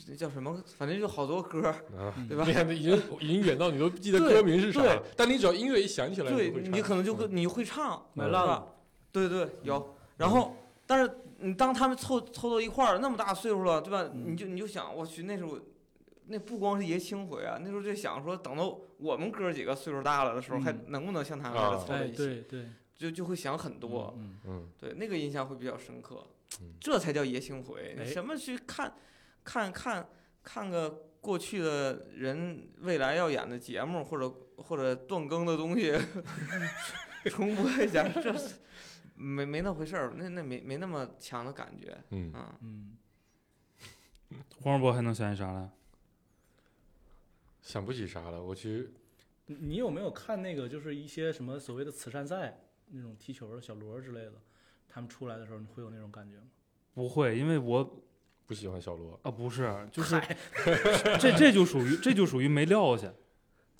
S2: 这叫什么？反正就好多歌儿，
S4: 啊，
S5: 嗯
S2: 对吧
S4: 你 看，已经已经远到你都不记得
S2: 对
S4: 歌名是啥
S2: 对
S4: 了，但你只要音乐一响起来，
S2: 对
S4: 就会唱
S2: 你可能就
S4: 嗯
S2: 跟你会唱，
S5: 买
S2: 对
S5: 烂
S2: 吧
S5: 了，
S2: 对对，有。然后，但是你当他们凑凑到一块儿，那么大岁数了，对吧？
S5: 嗯
S2: 你就你就想，我去，那时候那不光是爷青回啊，那时候就想说，等到我们哥几个岁数大了的时候，
S5: 嗯
S2: 还能不能像他们似的
S4: 啊
S2: 凑到
S5: 哎
S2: 一起？
S5: 对对，
S2: 就就会想很多，
S5: 嗯，
S4: 嗯，
S2: 对那个印象会比较深刻
S4: 嗯。
S2: 这才叫爷青回，
S5: 哎
S2: 你什么去看，看看看个过去的人未来要演的节目，或者或者断更的东西 重播一下，这是没没那回事儿，那那没没那么强的感觉，
S4: 嗯，
S2: 嗯。
S5: 嗯
S3: 黄世博还能想起啥来？
S4: 想不起啥了。我其实
S5: 嗯，你有没有看那个就是一些什么所谓的慈善赛那种踢球的小罗之类的？他们出来的时候，你会有那种感觉吗？
S3: 不会，因为我
S4: 不喜欢小罗，
S3: 啊不是，就是这这就属于这就属于没撂下。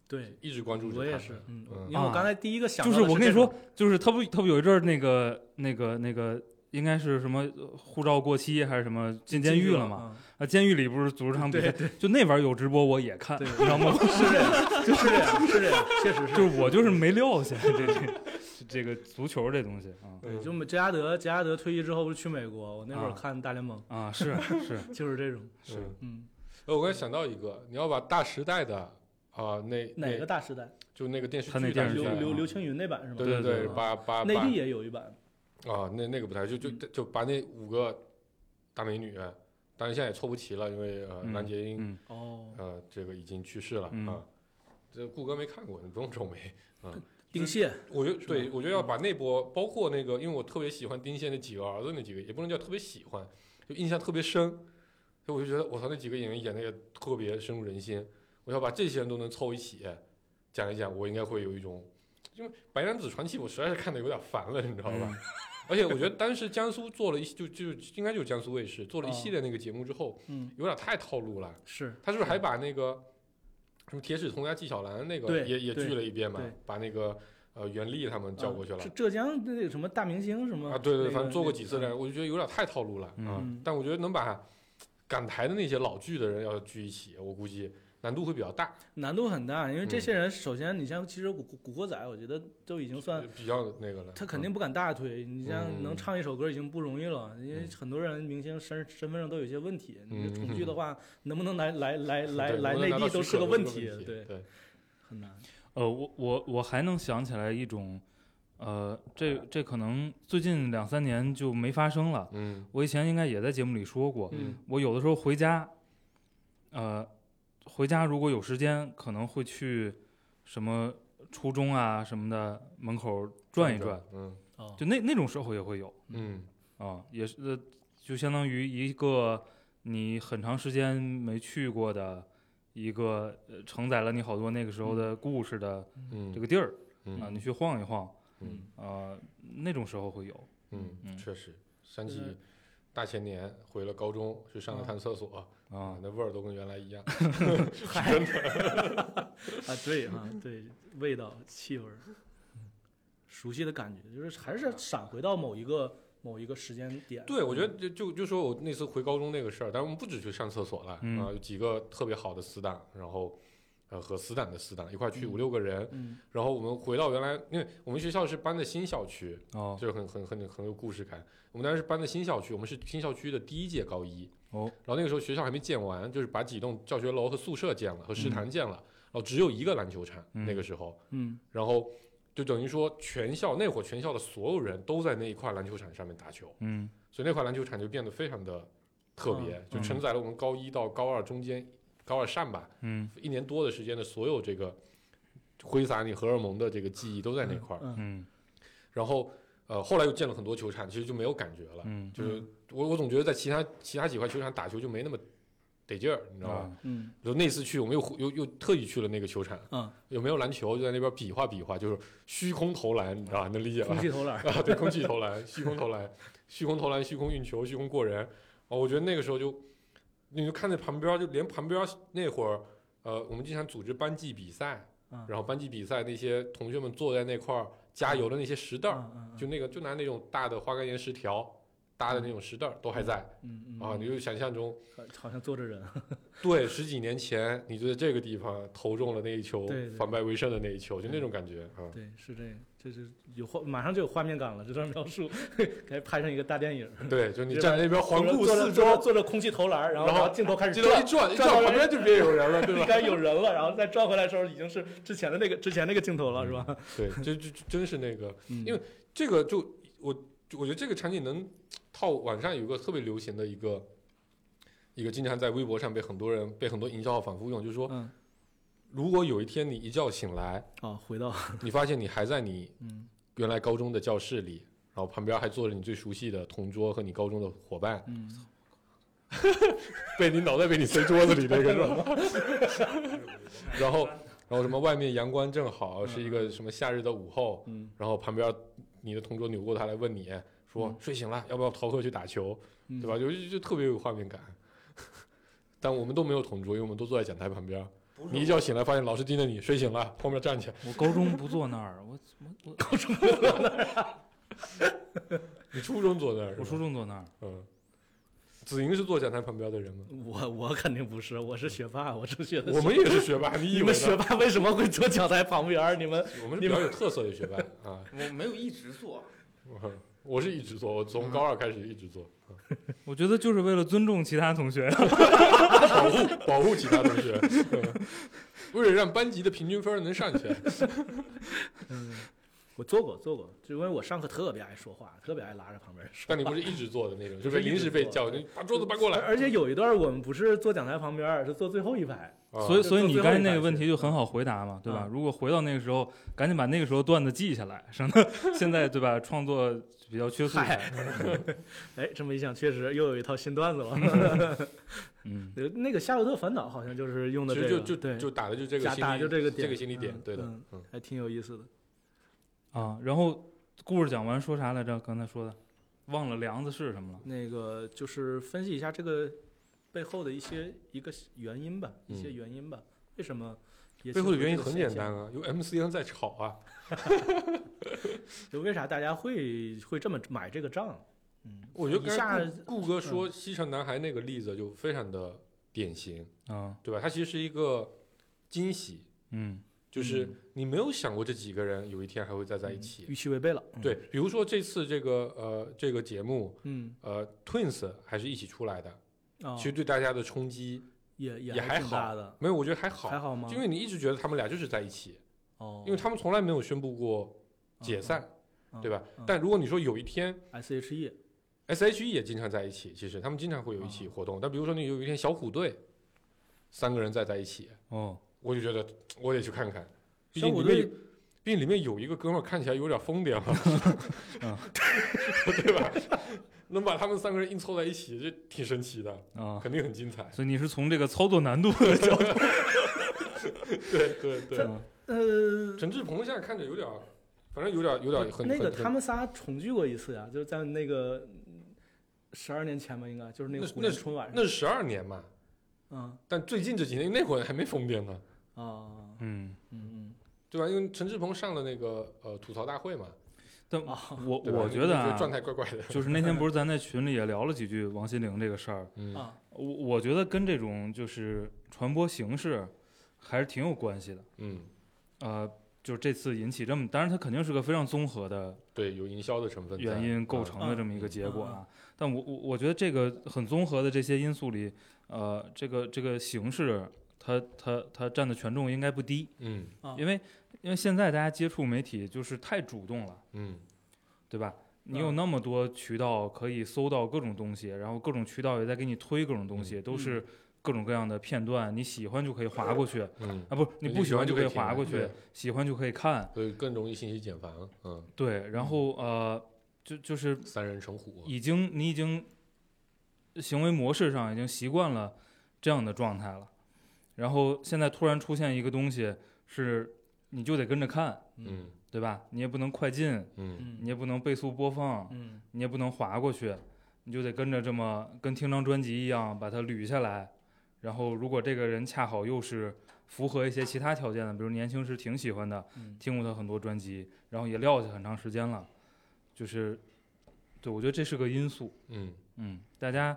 S5: 对，
S4: 一直关注着
S5: 我也
S4: 他
S5: 是
S4: 们，
S5: 嗯
S4: 嗯，
S5: 因为我
S3: 啊
S5: 刚才第一个想
S3: 就
S5: 到
S3: 是
S5: 的
S3: 我跟
S5: 这
S3: 你说
S5: 种，，
S3: 就是他不他不有一阵儿那个那个那个应该是什么呃护照过期还是什么进监狱了嘛？
S5: 嘛，
S3: 啊，监狱里不是组织场比赛
S5: 嗯对，
S3: 就那玩意儿有直播我也看，
S5: 对
S3: 你 知道吗？
S5: 是这样，是这样，是这样，确实是。
S3: 就是我就是没撂下，这这这个足球这东西啊
S2: 嗯
S5: 对，就杰拉德，杰拉德退役之后不是去美国？我那会儿
S3: 啊
S5: 看大联盟，
S3: 啊是是，
S5: 就是这种，
S4: 是。
S5: 嗯，
S4: 呃，我刚才想到一个，你要把大时代的啊那
S5: 哪个
S4: 那
S5: 大时代？
S4: 就那个电视
S3: 他那
S4: 剧
S3: 电
S4: 大
S3: 视
S4: 时
S5: 刘
S3: 剧
S4: 代
S5: 刘
S4: 啊
S5: 刘青云那版是吗？
S4: 对
S3: 对
S4: 对，
S3: 对
S4: 把把
S5: 内
S4: 把
S5: 地也有一版，
S4: 啊，那那个不太就就
S5: 嗯
S4: 就把那五个大美女，当然现在也凑不齐了，因为呃
S3: 嗯
S4: 蓝洁瑛
S3: 嗯
S5: 哦，
S4: 呃这个已经去世了
S3: 嗯
S4: 啊。这顾哥没看过，你不用皱眉。
S5: 丁蟹，
S4: 我觉得
S5: 是
S4: 对，
S5: 吗
S4: 我觉得要把那波，包括那个，因为我特别喜欢丁蟹那几个儿子那几个，也不能叫特别喜欢，就印象特别深，所以我就觉得我操，那几个演员演的也特别深入人心。我要把这些人都能凑一起讲一讲，我应该会有一种，因为《白娘子传奇》我实在是看的有点烦了，你知道
S5: 嗯
S4: 吧？而且我觉得当时江苏做了一就就应该就是江苏卫视做了一
S5: 哦
S4: 系列那个节目之后，
S5: 嗯，
S4: 有点太套路了。
S5: 是
S4: 他是不是还把那个什么铁齿铜牙纪晓岚那个
S5: 对
S4: 也也
S5: 对
S4: 聚了一遍嘛
S5: 对？
S4: 把那个呃袁立他们叫过去了
S5: 啊浙浙江那个什么大明星什么
S4: 啊？对对，
S5: 那个
S4: 反正做过
S5: 那
S4: 几次
S5: 嗯
S4: 这样，我就觉得有点太套路了啊
S5: 嗯。
S4: 但我觉得能把港台的那些老剧的人要聚一起，我估计难度会比较大，
S5: 难度很大，因为这
S4: 嗯
S5: 些人，首先你像其实古古古惑仔，我觉得都已经算
S4: 比较那个了。
S5: 呃他肯定不敢大推，你像能
S4: 嗯
S5: 唱一首歌已经不容易了，因为
S4: 嗯
S5: 很多人明星身身份上都有一些问题，你
S4: 嗯
S5: 重聚的话，能不能来来来
S4: 嗯
S5: 来
S4: 对
S5: 来
S4: 我能
S5: 内
S4: 拿到
S5: 地都
S4: 许
S5: 是
S4: 可
S5: 个
S4: 都
S5: 问
S4: 题
S5: 题，，
S4: 对
S5: 对，很难。
S3: 呃，我我我还能想起来一种，呃，这这可能最近两三年就没发生了。
S4: 嗯
S3: 我以前应该也在节目里说过，
S4: 嗯
S3: 我有的时候回家，呃，回家如果有时间，可能会去什么初中啊什么的门口转一转，，
S4: 嗯
S5: 哦，
S3: 就那那种时候也会有
S4: 嗯
S3: 啊，也是呃就相当于一个你很长时间没去过的一个呃承载了你好多那个时候的故事的
S4: 嗯，
S3: 这个地儿
S4: 嗯
S3: 啊，你去晃一晃。
S4: 嗯
S3: 呃，那种时候会有，
S4: 嗯，
S3: 嗯
S4: 确实，山
S5: 就是
S4: 崎大前年回了高中去上了
S5: 嗯
S4: 趟厕所啊
S3: 啊，，
S4: 那味儿都跟原来一样。
S5: 啊，对啊，对，味道、气味儿，熟悉的感觉，就是还是啊闪回到某一个某一个时间点。嗯
S4: 对，我觉得就就就说我那次回高中那个事儿，但是我们不止去上厕所了啊、
S3: 嗯
S4: 有几个特别好的死党，然后呃和死党的死党一块儿去五六个人，
S5: 嗯，
S4: 然后我们回到原来，因为我们学校是搬的新校区，
S3: 哦，
S4: 就是很很很很有故事感。我们当时是搬的新校区，我们是新校区的第一届高一。
S3: 哦
S4: 然后那个时候学校还没建完，就是把几栋教学楼和宿舍建了，和食堂建了，然后只有一个篮球场。
S3: 嗯
S4: 那个时候，
S5: 嗯，
S4: 然后就等于说全校那会儿全校的所有人都在那一块篮球场上面打球。
S3: 嗯
S4: 所以那块篮球场就变得非常的特别，
S5: 嗯
S4: 就承载了我们高一到高二中间、高二上吧
S3: 嗯
S4: 一年多的时间的所有这个挥洒你荷尔蒙的这个记忆都在那块儿。
S5: 嗯，
S3: 嗯
S4: 然后呃，后来又建了很多球场，其实就没有感觉了。
S3: 嗯，
S4: 就是我我总觉得在其他其他几块球场打球就没那么得劲儿，你知道吧？
S3: 啊
S5: 嗯
S4: 就那次去，我们又又又特意去了那个球场，
S5: 嗯，
S4: 有没有篮球就在那边比划比划，就是虚空投篮，你知道吧？能理解吧
S5: 空？气 投篮儿，
S4: 啊，对，空气投篮、虚空投篮、虚空投篮、虚空运球、虚空过人。哦，我觉得那个时候就，你就看那旁边儿，就连旁边儿那会儿，呃，我们经常组织班级比赛，
S5: 嗯
S4: 然后班级比赛那些同学们坐在那块儿加油的那些石凳儿，
S5: 嗯嗯嗯
S4: 啊就那个就拿那种大的花岗岩石条搭的那种石凳儿都还在、
S5: 嗯嗯
S4: 啊，你就想象中，
S5: 好好像坐着人，啊
S4: 对，十几年前你就在这个地方投中了那一球，
S5: 对对
S4: 反败为胜的那一球，就那
S5: 对
S4: 种感觉啊。
S5: 对，是这个，这是有画，马上就有画面感了。这段描述该拍成一个大电影儿。
S4: 对，就你
S5: 对
S4: 站在那边环顾
S5: 坐着
S4: 四
S5: 坐着
S4: 周，
S5: 坐着空气投篮儿，然后
S4: 然后
S5: 镜头开始
S4: 镜头一
S5: 转，
S4: 转，一
S5: 转
S4: 转
S5: 到
S4: 旁边就别有人了，对吧
S5: 应？该有人了，然后再转回来的时候已经是之前的那个之前那个镜头了，是吧？
S4: 对，就就就真是那个，
S5: 嗯
S4: 因为这个就我就我觉得这个场景能套网上有一个特别流行的一个一个经常在微博上被很多人被很多营销号反复用，就是说，
S5: 嗯
S4: 如果有一天你一觉醒来，
S5: 啊，回到
S4: 你发现你还在你
S5: 嗯
S4: 原来高中的教室里，然后旁边还坐着你最熟悉的同桌和你高中的伙伴，
S5: 嗯，
S4: 被你脑袋被你塞桌子里那个是吧？然后，然后什么外面阳光正好，是一个什么夏日的午后，
S5: 嗯，
S4: 然后旁边你的同桌扭过头来问你说、睡醒了，要不要逃课去打球，
S5: 嗯
S4: 对吧？就就就特别有画面感。但我们都没有同桌，因为我们都坐在讲台旁边。你一觉醒来，发现老师盯着你，睡醒了，后面站起来，
S3: 我高中不坐那儿，我我我
S4: 你初中坐那儿，
S3: 我初，中坐那儿，
S4: 嗯，子莹是坐讲台旁边的人吗？
S5: 我我肯定不是，我是学霸，我中学的时
S4: 我
S5: 候。
S4: 们也是学霸，你以
S5: 呃
S4: 为
S5: 你们
S4: 呢？
S5: 学霸为什么会坐讲台旁边儿？你们
S4: 我们是比
S5: 你们
S4: 较有特色的学霸啊。
S2: 我没有一直做，
S4: 我我是一直做，我
S5: 嗯
S4: 从高二开始一直做，啊
S3: 我觉得就是为了尊重其他同学。
S4: 保护保护其他同 学，嗯为了让班级的平均分儿能上去。啊
S5: 我做过做过，就因为我上课特别爱说话，特别爱拉着旁边人说。
S4: 但你不是一直做的 那种，就是
S5: 是一
S4: 临
S5: 直
S4: 时被
S5: 做
S4: 叫，
S5: 对
S4: 你把桌子搬过来。
S5: 而而且有一段我们不是坐讲台旁边儿，是坐最后一排。
S4: 啊
S3: 所以，
S5: 就
S3: 所以
S5: 做
S3: 你
S5: 最
S3: 刚
S5: 后
S3: 才
S5: 一
S3: 那
S5: 排
S3: 个问
S5: 去
S3: 题就很好回答嘛，对吧？
S5: 嗯
S3: 如果回到那个时候，赶紧把那个时候段子记下来，省 得现在对吧？创作比较缺素材。
S5: 哎，这么一想，确实又有一套新段 子了。
S3: 嗯，
S5: 呃那个《夏洛特烦恼》好像就是用的
S4: 其
S5: 这
S4: 实
S5: 个，
S4: 就就
S5: 对，
S4: 就打的就这个
S5: 假
S4: 心
S5: 打
S4: 理
S5: 就这个
S4: 这个
S5: 点
S4: 心理点
S5: 嗯，
S4: 对的
S5: 嗯，
S4: 嗯，
S5: 还挺有意思的。
S3: 啊，然后故事讲完说啥来着？刚才说的，忘了梁子是什么了。
S5: 那个就是分析一下这个背后的一些一个原因吧，一些
S4: 嗯
S5: 原因吧，为什么？
S4: 背后的原因很简单，啊，有 MCN 在炒啊，
S5: 就为啥大家会会这么买这个账？嗯，
S4: 我觉得
S5: 一下嗯
S4: 刚才顾顾哥说西城男孩那个例子就非常的典型，
S3: 啊，
S4: 对吧？它其实是一个惊喜，
S3: 嗯
S4: 就是你没有想过这几个人有一天还会再在一起。
S5: 预期违背了。嗯
S4: 对，，比如说这次这个呃这个节目
S5: 嗯，
S4: 呃 Twins 还是一起出来的，
S5: 啊
S4: 其，实对大家的冲击
S5: 也
S4: 也还
S5: 挺
S4: 好
S5: 大的，
S4: 没有，我觉得还好，
S5: 还好吗？
S4: 因为你一直觉得他们俩就是在一起，
S5: 哦，
S4: 因为他们从来没有宣布过解散，
S5: 嗯
S4: 对吧
S5: 嗯？
S4: 但如果你说有一天
S5: SHE
S4: S.H.E 也经常在一起，其实他们经常会有一
S5: 哦
S4: 起活动。但比如说你有一天小虎队三个人再在一起，
S3: 哦，
S4: 我就觉得我得去看看，毕
S5: 小
S4: 竟
S5: 虎
S4: 里面
S5: 队
S4: 有，毕竟里面有一个哥们儿看起来有点疯 癫了，
S3: 嗯
S4: 对吧？能把他们三个人硬凑在一起，这挺神奇的，
S3: 啊，
S4: 肯定很精彩。
S3: 所以你是从这个操作难度的角度，
S4: 对对对，
S3: 嗯
S5: 呃，
S4: 陈志鹏现在看着有点儿，反正有点儿有点儿很
S5: 那个
S4: 很
S5: 他们仨重聚过一次呀，就是在那个十二年前吧，应该就是那个
S4: 那
S5: 虎年春晚上。
S4: 那十二年嘛，
S5: 嗯
S4: 但最近这几年那会儿还没疯癫呢，
S5: 啊
S3: 嗯，
S5: 嗯
S4: 对吧？因为陈志鹏上了那个呃吐槽大会嘛，
S3: 但
S5: 嗯啊
S3: 我
S4: 对吧
S3: 我
S4: 你
S3: 觉得
S4: 你
S3: 啊，
S4: 状态怪怪的，
S3: 就是那天不是咱在群里也聊了几句王心凌这个事儿，
S4: 嗯
S5: 啊
S3: 我我觉得跟这种就是传播形式还是挺有关系的。
S4: 嗯，
S3: 呃，就是这次引起这么，当然它肯定是个非常综合的
S4: 对，有营销的成分在
S3: 原因构
S4: 啊
S3: 成的这么一个结果
S5: 嗯
S3: 啊。但我我我觉得这个很综合的这些因素里，呃，这个这个形式它它它占的权重应该不低，
S4: 嗯
S5: 啊
S3: 因为因为现在大家接触媒体就是太主动了，
S4: 嗯
S3: 对吧？你
S5: 嗯
S3: 有那么多渠道可以搜到各种东西，然后各种渠道也在给你推各种东西，都是各种各样的片段，你喜欢就可以划过去，
S4: 嗯，
S3: 啊，不，你不喜欢就可以划过
S4: 对
S3: 去，喜欢就可以看，
S4: 所以更容易信息茧房，嗯，
S3: 对，然后呃，就就是
S4: 三人成虎，
S3: 已经你已经行为模式上已经习惯了这样的状态了，然后现在突然出现一个东西是你就得跟着看，
S4: 嗯
S3: 对吧？你也不能快进，
S4: 嗯
S3: 你
S5: 嗯
S3: 也不能倍速播放，
S5: 嗯
S3: 你也不能划过去，你就得跟着这么跟听张专辑一样把它捋下来。然后，如果这个人恰好又是符合一些其他条件的，比如年轻时挺喜欢的，
S5: 嗯
S3: 听过他很多专辑，然后也撂下很长时间了，就是，对我觉得这是个因素。
S4: 嗯，
S3: 嗯，大家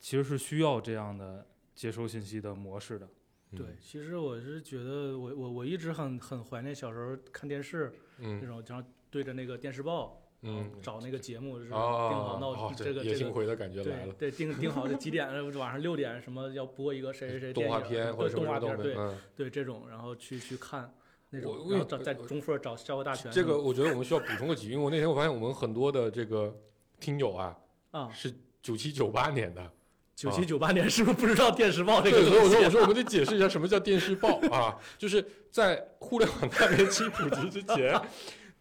S3: 其实是需要这样的接收信息的模式的。
S4: 嗯
S5: 对，，其实我是觉得我我我一直很很怀念小时候看电视那
S4: 嗯
S5: 种，然后对着那个电视报，然后
S4: 嗯，
S5: 找那个节目，就是定好
S4: 哦，
S5: 闹
S4: 哦
S5: 这个
S4: 野
S5: 这
S4: 性
S5: 个。
S4: 回的感觉来
S5: 对
S4: 了，
S5: 对，定定好这几点， 晚上六点什么要播一个谁谁谁电
S4: 动
S5: 影
S4: 画片或者
S5: 对
S4: 什么
S5: 动画
S4: 什么
S5: 片，
S4: 东
S5: 对
S4: 西，嗯。
S5: 对这种，然后去去看那
S4: 我
S5: 种，
S4: 我
S5: 然后
S4: 也
S5: 找在中分找校外大全
S4: 这
S5: 什
S4: 个
S5: 么
S4: 我觉得我们需要补充个几句，因为我那天我发现我们很多的这个听友啊
S5: 的啊，
S4: 是九七九八年的，
S5: 九七九八年是不是不知道电视报这
S4: 对，
S5: 个
S4: 所以
S5: 东
S4: 我
S5: 西
S4: 说我说我们得解释一下什么叫电视报啊，就是在互联网大面积普及之前，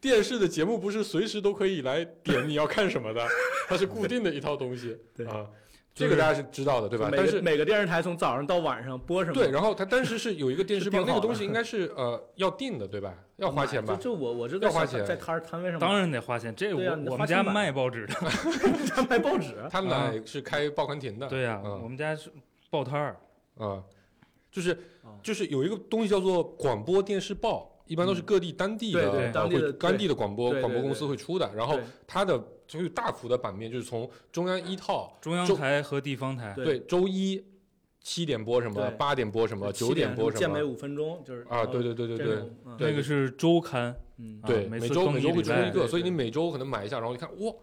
S4: 电视的节目不是随时都可以来点你要看什么的，它是固定的一套东西
S5: 对
S4: 啊，
S3: 就
S4: 这
S3: 是
S4: 个大家是知道的对吧？
S5: 每
S4: 但
S5: 个
S4: 是
S5: 每个电视台从早上到晚上播什么？
S4: 对，然后它当时是有一个电视报，
S5: 是定
S4: 那个
S5: 好的
S4: 东西应该是呃要定的对吧？要花钱吧
S5: 就？就我我是
S4: 要
S5: 在
S4: 花
S5: 小
S4: 钱
S5: 在摊儿摊位上买，
S3: 当然得花钱，这我、
S5: 对啊你
S3: 我
S5: 花
S3: 们
S5: 钱
S3: 家
S5: 买
S3: 卖报纸 的，
S5: 他卖报纸，
S4: 他们
S3: 啊
S4: 俩是开报刊亭的，
S3: 对呀、
S4: 嗯
S3: 我们家是报摊儿，
S4: 啊，就是
S5: 哦
S4: 就是有一个东西叫做广播电视报，一般都是各地当地的
S5: 嗯对
S3: 对
S5: 当地的
S4: 会当地的广播
S5: 对对
S4: 广播
S5: 对
S4: 公司会出的，然后
S5: 对
S4: 它的就是大幅的版面就是从中央一套
S3: 中央
S4: 就
S3: 台和地方台，
S5: 对
S4: 对周一七点播什么，
S5: 对
S4: 八点播什么，
S5: 就
S4: 九
S5: 七点
S4: 播
S5: 什
S4: 什
S5: 么健美
S4: 么
S5: 五分钟，就是
S4: 啊？对，对对对
S5: 这
S4: 对。
S5: 种嗯
S4: 对
S3: 那个是周刊，
S5: 嗯
S3: 啊，
S4: 对，
S3: 每
S4: 每
S3: 次
S4: 周
S3: 更
S4: 每
S3: 一
S4: 周
S3: 礼
S4: 会出
S3: 拜
S4: 一个，所以
S5: 对
S4: 你每周可能买一下，然后一看，哇，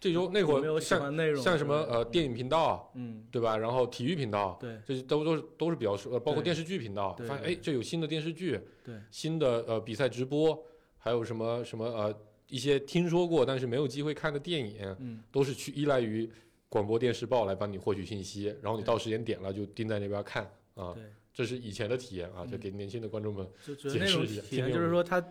S4: 这周那
S5: 有
S4: 会
S5: 没有
S4: 儿
S5: 喜
S4: 像
S5: 欢内容？
S4: 像什么呃电
S5: 影，
S4: 影频道
S5: 嗯，
S4: 对吧？然后体育频道，
S5: 对
S4: 这些都都是都是比较熟，呃，包括
S5: 对
S4: 电视剧频道，
S5: 对
S4: 发现
S5: 对
S4: 哎，这有新的电视剧，
S5: 对
S4: 新的呃比赛直播，还有什么什么呃一些听说过但是没有机会看的电影，
S5: 嗯，
S4: 都是去依赖于广播电视报来帮你获取信息，然后你
S5: 对
S4: 到时间点了就盯在那边看啊，
S5: 对，
S4: 这是以前的体验啊，就
S5: 嗯
S4: 给年轻的观众们，
S5: 就觉得
S4: 解
S5: 那
S4: 释
S5: 种
S4: 一下
S5: 体验
S4: 听
S5: 就是
S4: 听
S5: 说它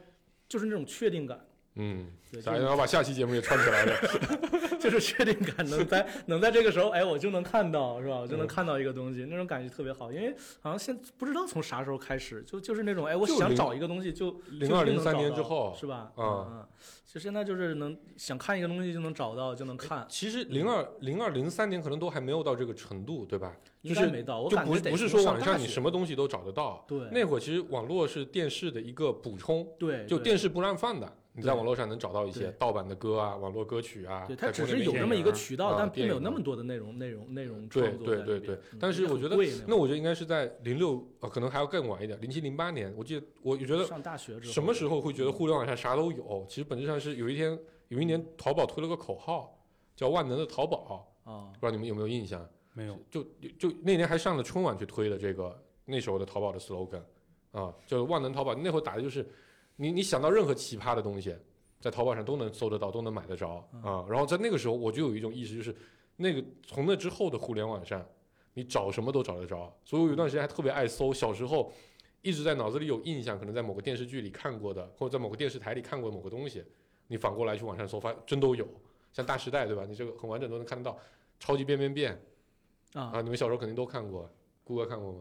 S5: 就是那种确定感，
S4: 嗯，
S5: 对，
S4: 咱
S5: 就是
S4: 要把下期节目也串起来 了，
S5: 就是确定感能在能在这个时候，哎，我就能看到，是吧？我就能看到一个东西，那种感觉特别好。因为好像现不知道从啥时候开始，就就是那种，哎，我
S4: 就
S5: 想
S4: 零
S5: 找一个东西就
S4: 零二零三年之后，
S5: 是吧？
S4: 嗯
S5: 嗯嗯，就现在就是能想看一个东西就能找到，就能看，
S4: 其实零二零二零三年可能都还没有到这个程度，对吧？
S5: 应
S4: 就是
S5: 该没到，我
S4: 就
S5: 感
S4: 不
S5: 觉
S4: 是
S5: 得
S4: 不是
S5: 从
S4: 说网
S5: 大
S4: 上你
S5: 学
S4: 什么东西都找得到，
S5: 对
S4: 那会儿其实网络是电视的一个补充，
S5: 对
S4: 就
S5: 对
S4: 电视不让放的，你在
S5: 对
S4: 网络上能找到一些
S5: 对
S4: 盗版的歌啊、网络歌曲啊。
S5: 对，它
S4: 在
S5: 只
S4: 国内没
S5: 是有
S4: 见
S5: 那么一个
S4: 过
S5: 渠道，
S4: 啊
S5: 但并
S4: 电
S5: 没有
S4: 影
S5: 那么多的内容内容内容
S4: 对
S5: 创作
S4: 对
S5: 在里
S4: 对
S5: 边
S4: 对
S5: 嗯
S4: 但是
S5: 也
S4: 我
S5: 很
S4: 觉得
S5: 贵会
S4: 那
S5: 儿
S4: 我觉得应该是在零六，呃，可能还要更晚一点，零七零八年，我记得，我觉得
S5: 上大学之后
S4: 什么时候会觉得互联网上啥都有？其实本质上是有一天，有一年淘宝推了个口号，叫“万能的淘宝
S5: 啊”，
S4: 不知道你们有没有印象？
S3: 没有
S4: 就就那年还上了春晚去推的这个那时候的淘宝的 slogan 啊，就是万能淘宝。那会儿打的就是你你想到任何奇葩的东西，在淘宝上都能搜得到，都能买得着
S5: 嗯
S4: 啊。然后在那个时候，我就有一种意识，就是那个从那之后的互联网上，你找什么都找得着。所以我有段时间还特别爱搜，小时候一直在脑子里有印象，可能在某个电视剧里看过的，或者在某个电视台里看过的某个东西，你反过来去网上搜，发现真都有。像《大时代》对吧？你这个很完整都能看得到，《超级变变变》
S5: 啊，
S4: 啊，你们小时候肯定都看过，顾哥看过吗？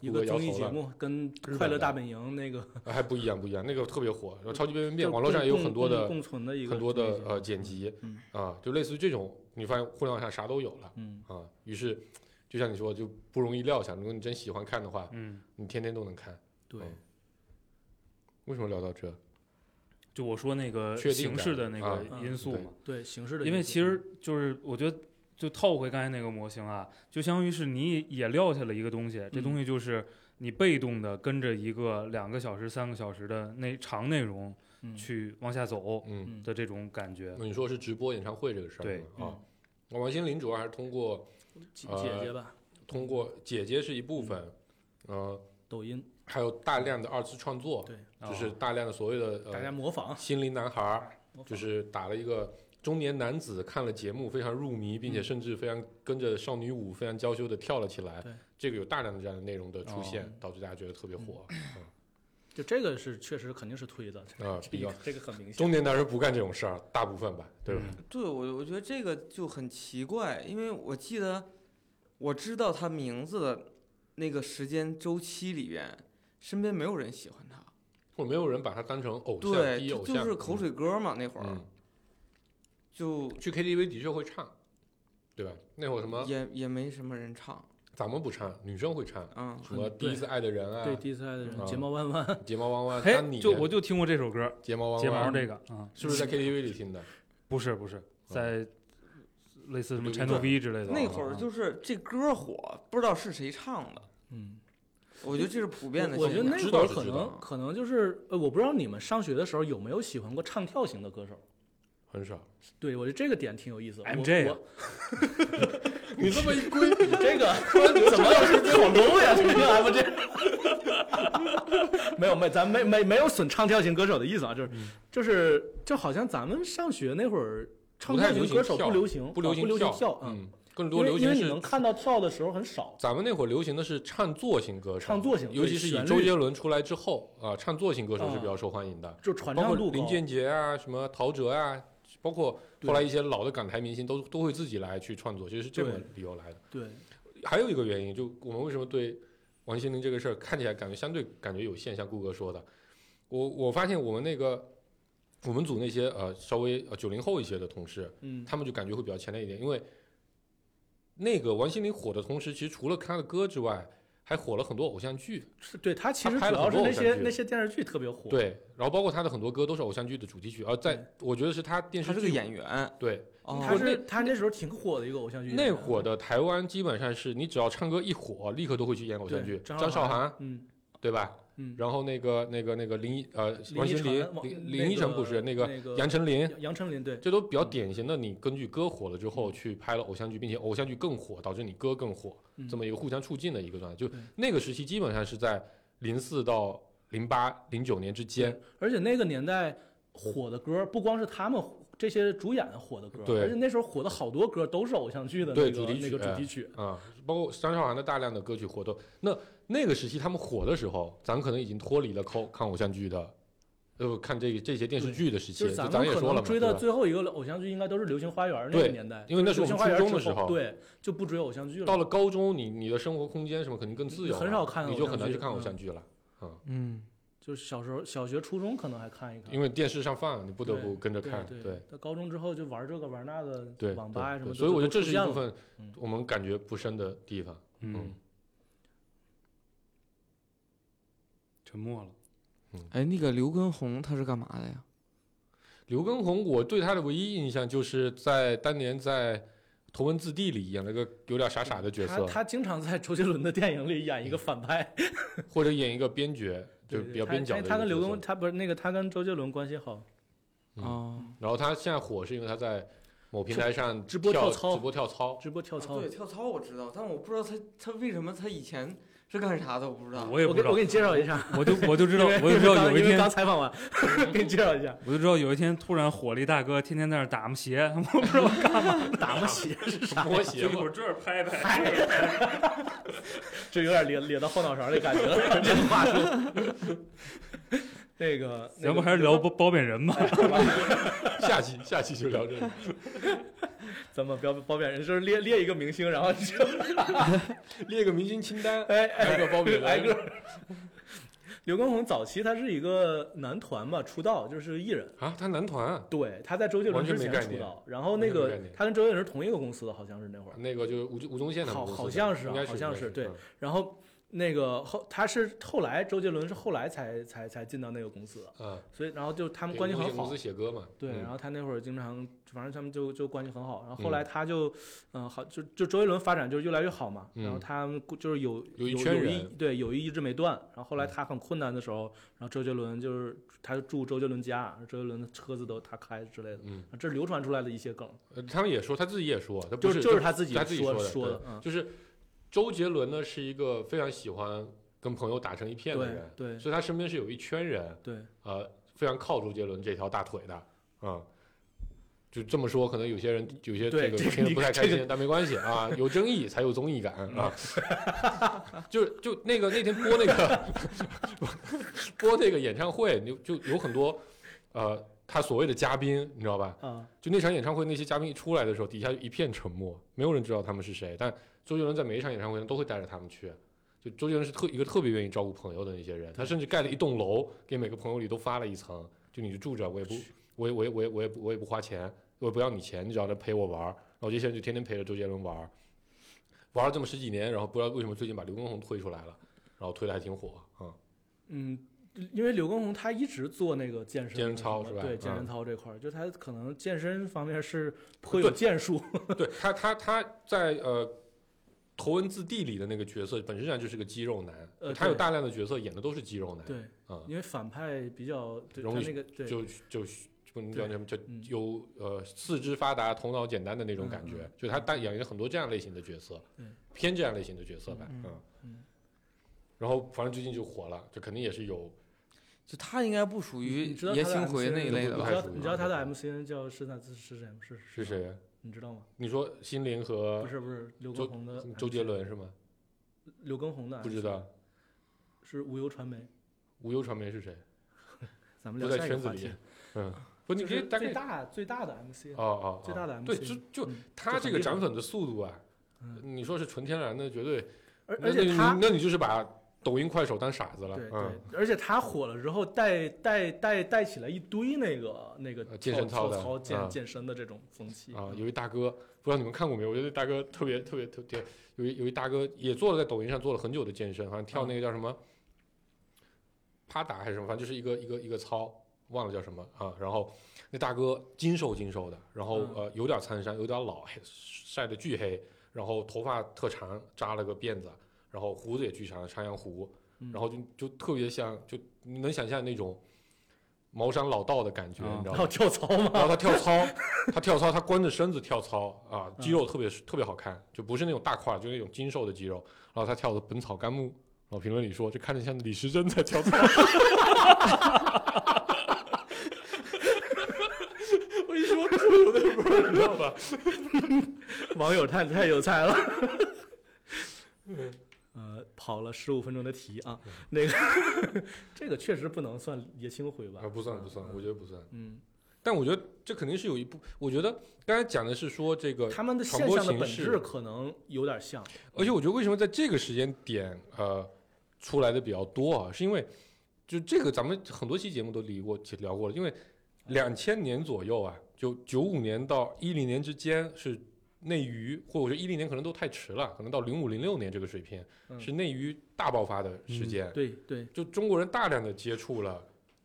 S5: 一
S4: 顾
S5: 个
S4: 哥摇
S5: 综艺
S4: 头
S5: 节
S4: 了
S5: 目跟
S4: 日
S5: 《快
S4: 本
S5: 乐
S4: 的
S5: 大本营》那个
S4: 啊还不一样，不一样，那个特别火。然后超级变变
S5: 就
S4: 变，网络上也有
S5: 共
S4: 很多
S5: 共
S4: 的
S5: 共存的一个
S4: 很多
S5: 综艺
S4: 的
S5: 节目
S4: 呃剪，辑
S5: 嗯
S4: 啊，就类似于这种，你发现互联网上啥都有了
S5: 嗯，
S4: 啊。于是，就像你说，就不容易料想。如果你真喜欢看的话，
S3: 嗯，
S4: 你天天都能看。
S5: 对，
S4: 嗯为什么聊到这？
S3: 就我说那个
S4: 确定
S3: 形
S4: 感
S3: 式的那
S4: 啊
S3: 个因素
S4: 对
S3: 嘛，
S5: 对形式的因素，
S3: 因为其实就是我觉得就套回刚才那个模型啊，就相当于是你也撂下了一个东西，这
S5: 嗯
S3: 东西就是你被动的跟着一个两个小时、三个小时的那长内容
S5: 嗯
S3: 去往下走
S4: 嗯，
S5: 嗯
S3: 的这种感觉。
S4: 那你说是直播演唱会这个事儿
S3: 对
S4: 吗啊？
S5: 嗯
S4: 那王心凌主要还是通过
S5: 姐
S4: 呃
S5: 姐姐吧，
S4: 通过姐姐是一部分，
S5: 嗯
S4: 呃，
S5: 抖音
S4: 还有大量的二次创作，
S5: 对
S4: 嗯
S3: 啊
S5: 哦
S4: 就是大量的所谓的
S5: 大家
S4: 呃
S5: 模仿，
S4: 心灵男孩儿。
S5: 模仿
S4: 就是打了一个中年男子看了节目非常入迷，并且
S5: 嗯
S4: 甚至非常跟着少女舞非常娇羞的跳了起来
S5: 对。
S4: 这个有大量的这样的内容的出现
S5: 哦，
S4: 导致大家觉得特别火。
S5: 就这个是确实肯定是推的，
S4: 啊，
S5: 这
S4: 比较
S5: 个这个很明显
S4: 中，年男人不干这种事儿，大部分吧，对吧？
S5: 嗯
S2: 对我，我觉得这个就很奇怪，因为我记得我知道他名字的那个时间周期里边，身边没有人喜欢他，
S4: 或者没有人把他当成偶像，
S2: 对，
S4: 第一
S2: 就
S4: 偶像
S2: 就是口水歌嘛，那会儿
S4: 嗯，
S2: 就
S4: 嗯去 KTV 的确会唱，对吧？那会儿什么
S2: 也也没什么人唱，
S4: 咱们不唱，女生会唱，
S2: 嗯，
S4: 什么第一次爱的人
S5: 对
S4: 啊，
S5: 第一次爱的人
S4: 嗯
S5: 睫毛弯弯，
S4: 睫毛弯弯，
S3: 嘿
S4: 当，你
S3: 就我就听过这首歌
S4: 睫毛弯
S3: 《
S4: 弯，
S3: 睫毛》这个啊，
S4: 是不是在 KTV 里听的？
S3: 不是不是，在类似什么
S4: 流行
S3: Channel
S4: 转
S3: V 之类的啊。
S2: 那会儿就是这歌火，不知道是谁唱的，
S5: 嗯，
S2: 我觉得这是普遍的
S5: 我我觉得
S2: 现象。
S5: 那
S4: 知
S5: 会
S4: 道
S5: 儿
S4: 是
S5: 可
S4: 知道啊
S5: 能可能就是呃，我不知道你们上学的时候有没有喜欢过唱跳型的歌手。
S4: 很少。
S5: 对，我觉得这个点挺有意思。我
S3: MJ 啊
S5: 我
S4: 你这么一归，
S5: 这 个怎么又是恐龙呀？这个 MJ，没 有没，咱没没没有损唱跳型歌手的意思啊，就是就是就好像咱们上学那会儿，唱
S4: 不
S5: 跳
S4: 太
S5: 型
S4: 流行
S5: 歌手
S4: 跳
S5: 不流行，
S4: 不
S5: 啊
S4: 流行
S5: 不流行
S4: 跳
S5: 跳，啊，
S4: 嗯，更
S5: 因
S4: 多
S5: 为
S4: 流
S5: 因
S4: 行
S5: 为你
S4: 是
S5: 能看到跳的时候很少，
S4: 咱们那会儿流行的是唱作型歌手，
S5: 唱作型
S4: 尤其是以
S5: 对旋
S4: 周
S5: 律
S4: 杰伦出来之后啊、唱作型歌手是比较受欢迎的，
S5: 就传
S4: 包
S5: 唱
S4: 括
S5: 度
S4: 林
S5: 高。
S4: 俊杰啊、什么陶喆啊，包括
S5: 对
S4: 后来一些老的港台明星都都会自己来去创作，其实是这个
S5: 对
S4: 理由来的。
S5: 对，
S4: 还有一个原因，就我们为什么对王心凌这个事儿看起来感觉相对感觉有限，像顾哥说的，我我发现我们那个我们组那些呃稍微呃九零后一些的同事，
S5: 嗯，
S4: 他们就感觉会比较强烈一点，因为那个王心凌火的同时，其实除了她的歌之外，还火了很多偶像剧，
S5: 是对他其实主
S4: 他拍了
S5: 要
S4: 很
S5: 是
S4: 多
S5: 那
S4: 偶
S5: 些
S4: 像剧
S5: 那些电视剧特别火，嗯
S4: 对，然后包括他的很多歌都是偶像剧的主题曲，而在
S5: 对
S4: 我觉得是他电视
S2: 他
S4: 剧
S2: 是个演员，
S4: 对
S2: 哦
S5: 他是他那时候挺火的一个偶像剧演啊员，
S4: 那会儿的台湾基本上是你只要唱歌一火，立刻都会去演偶像
S5: 对
S4: 剧，
S5: 张
S4: 张
S5: 韶
S4: 韶
S5: 涵
S4: 涵
S5: 嗯
S4: 对吧？
S5: 嗯，
S4: 然后那个那个那个林依呃王心
S5: 凌
S4: 凌
S5: 晨王、
S4: 林
S5: 那
S4: 林依晨
S5: 个
S4: 不是那个
S5: 那个
S4: 杨丞琳，
S5: 杨杨丞琳对，
S4: 这都比较典型的，你根据歌火了之后去拍了偶像剧，并且偶像剧更火，导致你歌更火，
S5: 嗯
S4: 这么一个互相促进的一个状态。就
S5: 对
S4: 那个时期基本上是在零四到零八零九年之间，
S5: 而且那个年代火的歌，不光是他们这些主演火的歌，
S4: 对
S5: 而且那时候火的好多歌都是偶像剧的那
S4: 对
S5: 个
S4: 主题曲
S5: 那个主题曲，
S4: 啊、包括张韶涵的大量的歌曲火都。那那个时期他们火的时候，咱们可能已经脱离了看看偶像剧的，呃，看这这些电视剧的时期
S5: 就
S4: 了，
S5: 是咱
S4: 咱
S5: 们
S4: 也
S5: 可
S4: 说了
S5: 能
S4: 嘛，
S5: 追
S4: 对
S5: 到
S4: 吧
S5: 最后一个偶像剧，应该都是《流星花园》那个
S4: 对
S5: 年代，
S4: 因为那是
S5: 流
S4: 我
S5: 星
S4: 们
S5: 花园
S4: 初中的
S5: 之
S4: 时
S5: 后
S4: 候，
S5: 对，就不追偶像剧了。
S4: 到了高中，你你的生活空间什么肯定更自由了，
S5: 很少看
S4: 你
S5: 偶
S4: 就
S5: 像
S4: 很难
S5: 剧
S4: 去看偶
S5: 嗯
S4: 像剧了。
S2: 嗯，
S5: 就是小时候小学、初中可能还看一看，
S4: 因为电视上放，你不得
S5: 对
S4: 不跟着
S5: 对
S4: 看，
S5: 对。到高中之后就玩这个玩那
S4: 对，
S5: 个，网
S4: 对
S5: 吧呀什么
S4: 对
S5: 的，
S4: 所以我觉得这是一
S5: 都出
S4: 部
S5: 现了
S4: 分
S5: 嗯
S4: 我们感觉不深的地方。
S3: 嗯，沉默了。
S2: 哎，那个刘畊宏他是干嘛的呀？
S4: 刘畊宏，我对他的唯一印象就是在当年在《头文字 D》里演了个有点傻傻的角色
S5: 他，他经常在周杰伦的电影里演一个反派，
S4: 或者演一个边角， 就比较
S5: 他
S4: 边角的一个
S5: 他跟刘
S4: 角色
S5: 畊，他不是那个，他跟周杰伦关系好，
S4: 嗯
S2: 哦，
S4: 然后他现在火是因为他在某平台上
S5: 直播
S4: 跳
S5: 跳操
S4: 直播跳操。
S5: 直播跳操。
S2: 啊对，跳操我知道，但我不知道他他为什么他以前是干啥的，我不知道。
S3: 我也不
S5: 我
S3: 知
S5: 给
S3: 道
S5: 我，给你介绍一下，
S3: 我就我就知道，
S5: 因为
S3: 我就知道有一
S5: 因为
S3: 天
S5: 刚，采访完， 给你介绍一下，
S3: 我就知道有一天突然火了一大哥，天天在那儿打磨鞋，我不知道
S5: 打磨鞋是啥？
S4: 摸鞋
S3: 就一
S4: 嘛
S3: 会儿这儿拍 拍，这儿
S5: 这有点咧咧到后脑勺的感觉了，这话说。 那个，那个
S3: 要不还是聊包包贬人吧？
S4: 下期下期就聊这 个。
S5: 咱们不要褒贬人，就是列列一个明星，然后就
S4: 列个明星清单，
S5: 哎
S4: 挨个包比
S5: 挨个。刘畊宏早期他是一个男团嘛，出道就是艺人，
S4: 啊，他男团啊
S5: 对，他在周杰伦
S4: 完全
S5: 之
S4: 没
S5: 前
S4: 概
S5: 出
S4: 念
S5: 道，然后那个
S4: 完全没概念
S5: 他跟周杰伦是同一个公司的，好像是那会儿。
S4: 那个就是吴吴宗宪他们
S5: 好
S4: 公司
S5: 好
S4: 的
S5: 像是啊
S4: 应该
S5: 好像
S4: 应该
S5: 是对
S4: 嗯
S5: 然后那个后他是后来周杰伦是后来才才才进到那个公司的，
S4: 啊，
S5: 所以然后就他
S4: 他
S5: 们关系很
S4: 公
S5: 好
S4: 司。写歌嘛，
S5: 对，
S4: 嗯
S5: 然后他那会儿经常，反正他们就就关系很好。然后后来他就，嗯、好，就就周杰伦发展就越来越好嘛。然后
S4: 嗯
S5: 他们就是有
S4: 有一
S5: 友
S4: 圈
S5: 友谊
S4: 人
S5: 对友谊一直没断。然后后来
S4: 嗯
S5: 他很困难的时候，然后周杰伦就是他就住周杰伦家，周杰伦的车子都他开之类的。啊
S4: 嗯，
S5: 这是流传出来的一些梗，
S4: 呃他们也说，他自己也说，他不
S5: 就是就是
S4: 他
S5: 他自己
S4: 他自己
S5: 说
S4: 说的
S5: 说
S4: 对
S5: 的，嗯，
S4: 就是周杰伦呢是一个非常喜欢跟朋友打成一片的
S5: 对
S4: 人，
S5: 对
S4: 所以他身边是有一圈人，
S5: 对，
S4: 呃，非常靠周杰伦这条大腿的，嗯。就这么说，可能有些人有些这
S5: 对
S4: 个
S5: 这个
S4: 听着
S5: 你
S4: 不太
S5: 这
S4: 开
S5: 个
S4: 心，但没关系啊，有争议才有综艺感 啊。就是就那个那天播那个播那个演唱会，就就有很多呃，他所谓的嘉宾，你知道吧？
S5: 啊，
S4: 就那场演唱会，那些嘉宾一出来的时候，底下就一片沉默，没有人知道他们是谁。但周杰伦在每一场演唱会上都会带着他们去。就周杰伦是特一个特别愿意照顾朋友的那些人，他甚至盖了一栋楼，给每个朋友里都发了一层，就你就住着，我也不，我也我也我也我也不我也不花钱，我也不要你钱，你只要来陪我玩儿。然后这些人就天天陪着周杰伦玩儿，玩了这么十几年，然后不知道为什么最近把刘畊宏推出来了，然后推的还挺火啊、嗯
S5: 嗯，因为刘畊宏他一直做那个健身
S4: 健身
S5: 什
S4: 操
S5: 么
S4: 是吧
S5: 对，健身
S4: 嗯
S5: 操这块儿，就他可能健身方面是颇有 建树，
S4: 对他，他他在呃《头文字 D》里的那个角色本身上就是个肌肉男，
S5: 呃
S4: 他有
S5: 对
S4: 大量的角色演的都是肌肉男，
S5: 对，
S4: 啊、
S5: 因为反派比较对他
S4: 容易
S5: 那个对
S4: 就就不能叫什么，就
S5: 嗯
S4: 有呃四肢发达、头脑简单的那种感觉，
S5: 嗯嗯
S4: 就他扮演了很多这样类型的角色，
S5: 对
S4: 偏这样类型的角色吧，
S2: 嗯
S4: 嗯
S5: 嗯
S4: 然后反正最近就火了，这肯定也是有
S2: 就他应该不属于
S5: 你知道
S2: 爷
S5: 他的
S2: 青回
S5: MCN
S2: 那一类的
S5: 你
S4: 不
S2: 吧
S4: 太？
S5: 知道
S4: 熟
S5: 你知道他的
S4: 了
S5: MCN 叫是哪是是谁吗？是
S4: 是？谁？啊
S5: 你知道吗？
S4: 你说心灵和
S5: 不是不是，刘畊宏的
S4: 周杰
S5: MCN
S4: 伦是吗？
S5: 刘畊宏的
S4: 不知
S5: MCN
S4: 道，
S5: 是无忧传媒，
S4: 无忧传媒是谁？
S5: 咱们
S4: 不在
S5: 聊下一
S4: 圈
S5: 个
S4: 子
S5: 话
S4: 里
S5: 题，，
S4: 嗯，不，你
S5: 就
S4: 可以
S5: 是
S4: 大概
S5: 最大最大的 MCN，
S4: 哦哦，
S5: 最大的 MC
S4: 对，就就
S5: 嗯
S4: 他这个涨粉的速度啊
S5: 嗯，
S4: 你说是纯天然的，绝对。
S5: 而
S4: 那
S5: 而且
S4: 那
S5: 他
S4: 你那你就是把抖音、快手当傻子了，
S5: 对
S4: 嗯，
S5: 对，而且他火了之后，带带带带起来一堆那个那个
S4: 呃健身操
S5: 操
S4: 的
S5: 操健
S4: 啊
S5: 健身的这种风气
S4: 啊，有一大哥，不知道你们看过没有？我觉得大哥特别特别特别，有一有一大哥也做了在抖音上做了很久的健身，好像
S5: 嗯
S4: 跳那个叫什么趴打还是什么，反正就是一个一个一个操，忘了叫什么啊。然后那大哥精瘦精瘦的，然后
S5: 嗯
S4: 呃有点苍山，有点老，嘿晒得巨黑，然后头发特长，扎了个辫子，然后胡子也巨长，山羊胡，
S5: 嗯
S4: 然后就就特别像，就你能想象那种茅山老道的感觉，
S3: 嗯
S4: 你知道吗
S5: 还 有？跳操吗？
S4: 然后他跳操，他跳操，他光着身子跳操啊，
S5: 嗯
S4: 肌肉特别特别好看，就不是那种大块儿，就那种精瘦的肌肉。然后他跳的《本草纲目》，然后评论里说，这看着像李时珍在跳操。我一说出有那味儿，你知道 吧？
S5: 网友太太有才了。
S4: 嗯
S5: 呃，跑了十五分钟的题啊，那个 这个确实不能算野青回吧
S4: 啊，？不算不算，我觉得不算。
S5: 嗯，
S4: 但我觉得这肯定是有一部，我觉得刚才讲的是说这个
S5: 他们的
S4: 呃传
S5: 现
S4: 播
S5: 象的
S4: 形
S5: 本
S4: 式
S5: 质可能有点像，
S4: 而且我觉得为什么在这个时间点呃出来的比较多啊，是因为就这个咱们很多期节目都理过聊过了，因为两千年左右啊，就九五年到一零年之间是内娱，或者我觉得一零年可能都太迟了，可能到零五零六年这个水平、
S5: 嗯
S4: 是内娱大爆发的时间，
S5: 对对，
S4: 就中国人大量的接触了。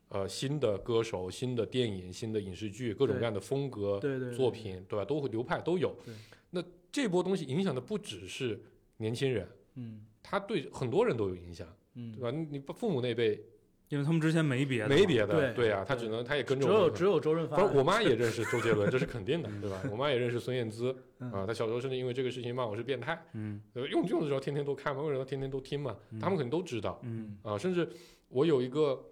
S4: 呃，新的歌手、新的电影、新的影视剧，各种各样的风格，
S5: 对对对
S4: 作品，对吧？都会流派都有
S5: 对。
S4: 那这波东西影响的不只是年轻人，
S5: 嗯
S4: 他对很多人都有影响，
S5: 嗯
S4: 对，吧？你你父母那辈
S3: 因为他们之前没别的嘛，
S4: 没别的，
S5: 对
S4: 对啊，他
S5: 对
S4: 只能他也跟
S5: 只
S4: 着
S5: 有
S4: 我。
S5: 只有周润发，
S4: 反正我妈也认识周杰伦，这是肯定的，对吧？我妈也认识孙燕姿
S5: 嗯
S4: 啊，她小时候甚至因为这个事情骂我是变态，
S3: 嗯
S4: 对吧？用用的时候天天都看嘛，用的时候天天都听嘛，他们肯定都知道
S3: 嗯
S4: 啊。甚至我有一个，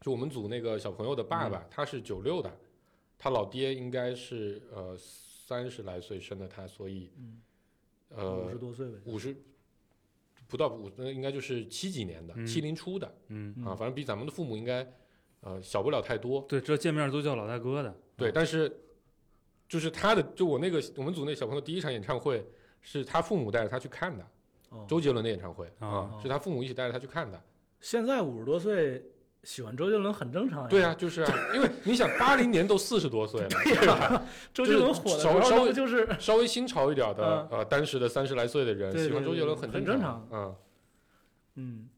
S4: 就我们组那个小朋友的爸
S5: 嗯
S4: 爸，他是九六的，他老爹应该是呃三十来岁生的他，所以
S5: 嗯
S4: 呃
S5: 五十多岁呗，
S4: 五十不到五，那应该就是七几年的，
S3: 嗯
S4: 七零初的
S3: 嗯，
S5: 嗯
S4: 啊，反正比咱们的父母应该呃小不了太多。
S3: 对，这见面都叫老大哥的，
S4: 对，但是就是他的，就我那个我们组那小朋友第一场演唱会是他父母带着他去看的，
S5: 哦，
S4: 周杰伦的演唱会
S3: 哦
S4: 啊，是他父母一起带着他去看的。
S5: 现在五十多岁喜欢周杰伦很正常呀，
S4: 对啊，就是啊，因为你想八零年都四十多岁了，
S5: 啊
S4: 对吧？
S5: 周
S4: 就
S5: 杰
S4: 是
S5: 伦火了，
S4: 稍
S5: 然
S4: 稍
S5: 后那不
S4: 微
S5: 就是
S4: 稍微新潮一点的呃，当时的三十来岁的人
S5: 嗯对
S4: 喜欢
S5: 对
S4: 周杰
S5: 对
S4: 伦
S5: 很
S4: 正
S5: 正
S4: 常，嗯，
S5: 嗯，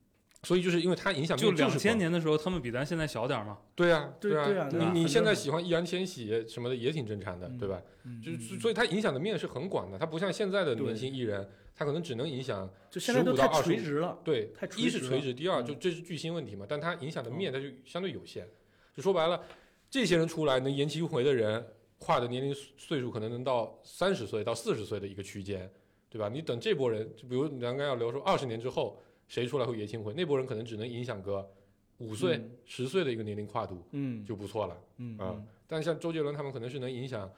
S4: 所以啊就是因为他影响
S3: 就
S4: 面
S3: 两
S4: 是
S3: 千
S4: 广
S3: 年的时候，他们比咱现在小点儿嘛，
S4: 对啊，
S5: 对对
S4: 啊
S5: 啊，
S3: 对啊
S4: 你你
S5: 很
S4: 现在
S5: 正常
S4: 喜欢易烊千玺什么的也挺正常的，
S5: 嗯
S4: 对吧？
S5: 嗯
S4: 就
S5: 嗯
S4: 是所以它影响的面是很广的，它不像现在的
S5: 对
S4: 明星艺人，他可能只能影响
S5: 就现在都
S4: 15到
S5: 太垂
S4: 25
S5: 直了，
S4: 对
S5: 太，垂
S4: 一是
S5: 直
S4: 垂
S5: 了
S4: 直，第二
S5: 嗯哦
S4: 就这是巨星问题嘛，但它影响的面它就相对有限。就说白了，这些人出来能延期回的人，跨的年龄岁数可能能到三十岁到四十岁的一个区间，对吧？你等这波人，就比如你刚刚要聊说二十年之后谁出来会延期回，那波人可能只能影响个五岁
S5: 嗯、
S4: 十岁的一个年龄跨度
S5: 嗯
S4: 就不错了。
S5: 嗯
S4: 啊
S5: 嗯
S4: 但像周杰伦他们可能是能影响